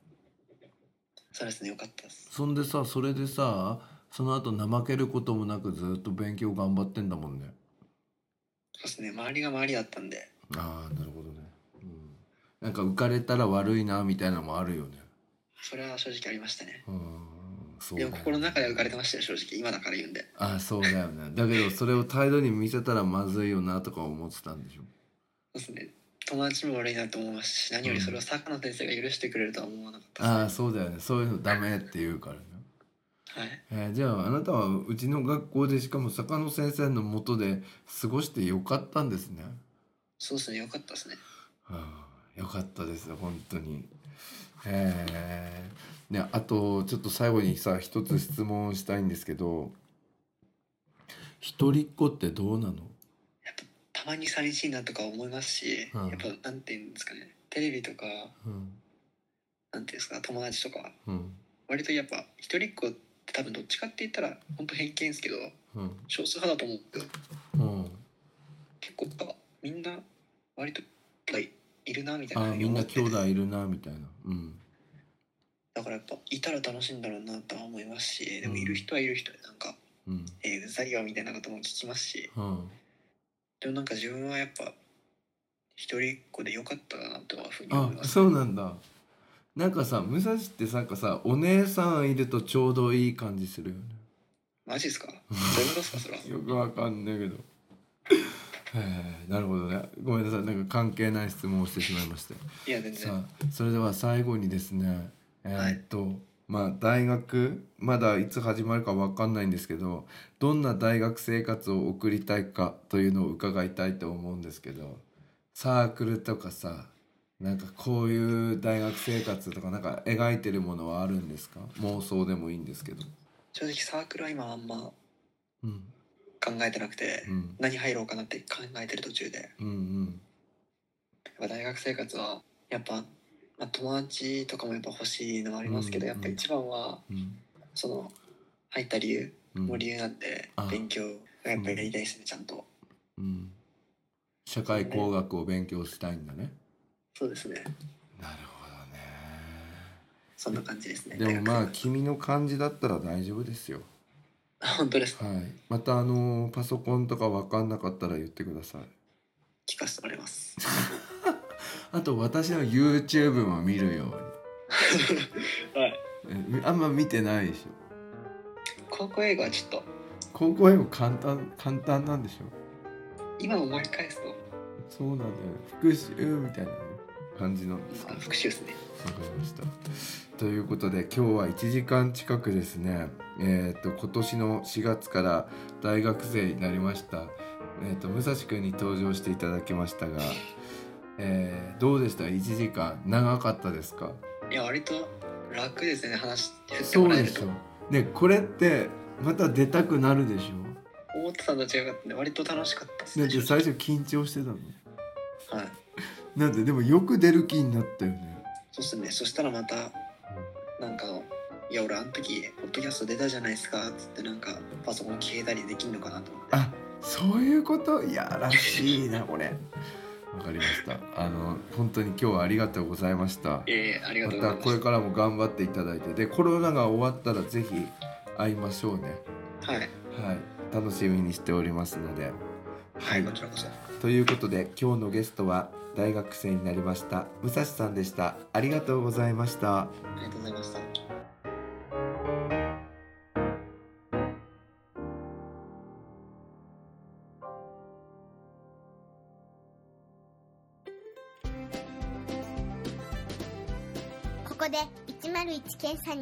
Speaker 3: そうですねよかったです
Speaker 2: そんでさそれでさその後怠けることもなくずっと勉強頑張ってんだもんね
Speaker 3: そうですね周りが周りだったんで
Speaker 2: ああなるほどね、うん、なんか浮かれたら悪いなみたいなのもあるよね
Speaker 3: それは正直ありましたね
Speaker 2: うんそう
Speaker 3: で
Speaker 2: だ
Speaker 3: も
Speaker 2: よ
Speaker 3: 心の中では浮かれてましたよ正直今だから言うんで
Speaker 2: ああそうだよねだけどそれを態度に見せたらまずいよなとか思ってたんでしょ
Speaker 3: そうですね友達も悪いなと思いますし何よりそれを坂野先生が許してくれるとは思わなかった
Speaker 2: ああ
Speaker 3: です、
Speaker 2: そうだよねそういうのダメって言うからね
Speaker 3: ね
Speaker 2: えーじゃああなたはうちの学校でしかも坂野先生のもとで過ごしてよかったんですね。
Speaker 3: そうですねよかったですね
Speaker 2: はあ、よかったです本当に。えーねあとちょっと最後にさ一つ質問したいんですけど一人っ子ってどうなの
Speaker 3: たまに寂しいなとか思いますし、
Speaker 2: うん
Speaker 3: やっぱなんていうんですかねテレビとか
Speaker 2: うん
Speaker 3: なんていうんですか友達とか
Speaker 2: うん
Speaker 3: 割とやっぱ一人っ子って多分どっちかって言ったら本当偏見ですけど
Speaker 2: うん
Speaker 3: 少数派だと思うんですけど
Speaker 2: うん
Speaker 3: 結構やっぱみんな割と兄弟いるなみたい
Speaker 2: あ
Speaker 3: な
Speaker 2: みんな
Speaker 3: 思ってて
Speaker 2: 兄弟いるなみたいな。うん
Speaker 3: だからやっぱいたら楽しいんだろうなとは思いますしでも
Speaker 2: うん
Speaker 3: いる人はいる人でなんか
Speaker 2: うん
Speaker 3: 「えーうざいよ」みたいなことも聞きますし
Speaker 2: うん
Speaker 3: でもなんか自分はやっぱ一人っ子でよかったなとはふうに
Speaker 2: あ
Speaker 3: 思います
Speaker 2: そうなんだ。なんかさ武蔵ってなんかさお姉さんいるとちょうどいい感じするよね。
Speaker 3: マジですかどういうことです
Speaker 2: [LAUGHS]
Speaker 3: かそれは
Speaker 2: よくわかんないけど。 [LAUGHS] えーなるほどね。ごめんなさい。なんか関係ない質問をしてしまいまして。
Speaker 3: いや全然
Speaker 2: さあ、それでは最後にですね。えーっと、まあ大学まだいつ始まるかわかんないんですけど、どんな大学生活を送りたいかというのを伺いたいと思うんですけど、サークルとかさ。なんかこういう大学生活とかなんか描いてるものはあるんですか妄想でもいいんですけど。
Speaker 3: 正直サークルは今あんま
Speaker 2: うん
Speaker 3: 考えてなくて
Speaker 2: うん
Speaker 3: 何入ろうかなって考えてる途中で
Speaker 2: うんうん
Speaker 3: やっぱ大学生活はやっぱ、まあ、友達とかもやっぱ欲しいのはありますけど、
Speaker 2: うんうん
Speaker 3: やっぱ一番は
Speaker 2: うん
Speaker 3: その入った理由
Speaker 2: うん。
Speaker 3: も理由なんで、
Speaker 2: あ
Speaker 3: 勉強がやっぱりやりたいですね、ちゃんと
Speaker 2: うん、社会工学を勉強したいんだね。
Speaker 3: そうですね
Speaker 2: なるほ
Speaker 3: そんな感じですね
Speaker 2: でもまあ
Speaker 3: 大学
Speaker 2: 君の感じだったら大丈夫ですよ。
Speaker 3: 生 [LAUGHS] 本当です
Speaker 2: はい。またあのパソコンとか分かんなかったら言ってください。
Speaker 3: 聞かせてもらいます [LAUGHS]
Speaker 2: あと私の YouTube も見るよ
Speaker 3: はい
Speaker 2: えみあんま見てないでしょ。
Speaker 3: 高校英語はちょっと
Speaker 2: 高校英語簡単簡単なんでしょ。
Speaker 3: 今思い返すと、
Speaker 2: そうなんだよね。復習みたいな感じの。
Speaker 3: まあ、復習ですね
Speaker 2: わかりました。ということで今日は1時間近くですね、えー、と今年の4月から大学生になりました、えー、と武蔵君に登場していただきましたが、えーどうでした1時間長かったですか
Speaker 3: いや割と楽ですね話振って
Speaker 2: そ
Speaker 3: も
Speaker 2: う
Speaker 3: らえ
Speaker 2: で
Speaker 3: る
Speaker 2: し
Speaker 3: と
Speaker 2: ょねこれってまた出たくなるでしょ
Speaker 3: 思ってたのと違かったんで割と楽しかったです
Speaker 2: だ
Speaker 3: ね
Speaker 2: って
Speaker 3: 正
Speaker 2: 最初緊張してたの
Speaker 3: 直はい
Speaker 2: なんででもよく出る気になったよね
Speaker 3: そうっすねそしたらまたなんかいや俺あの時ポッドキャスト出たじゃないですかっつってなんかパソコン消えたりできんのかなと思って
Speaker 2: あそういうこといやらしいなこれわかりました。あの本当に今日はありがとうございました。
Speaker 3: ええありが
Speaker 2: ま
Speaker 3: とうござ
Speaker 2: た
Speaker 3: いま
Speaker 2: これからも頑張っていただいてでコロナが終わったらぜひ会いましょうね。
Speaker 3: す。はい、
Speaker 2: はい、楽しみにしておりますので。はい
Speaker 3: こ、ちらこそ。
Speaker 2: ということで今日のゲストは大学生になりました武蔵さんでした。ありがとうございました。
Speaker 3: ありがとうございました。
Speaker 1: ここで101ケンさん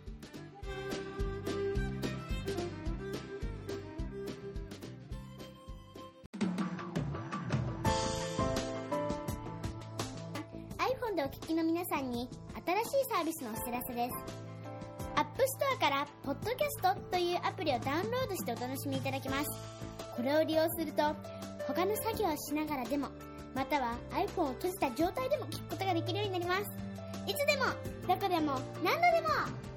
Speaker 1: iPhone でお聞きの皆さんに新しいサービスのお知らせです App Store から「Podcast」というアプリをダウンロードしてお楽しみいただけますこれを利用すると他の作業をしながらでもまたは iPhone を閉じた状態でも聞くことができるようになりますいつでもどこでも何度でも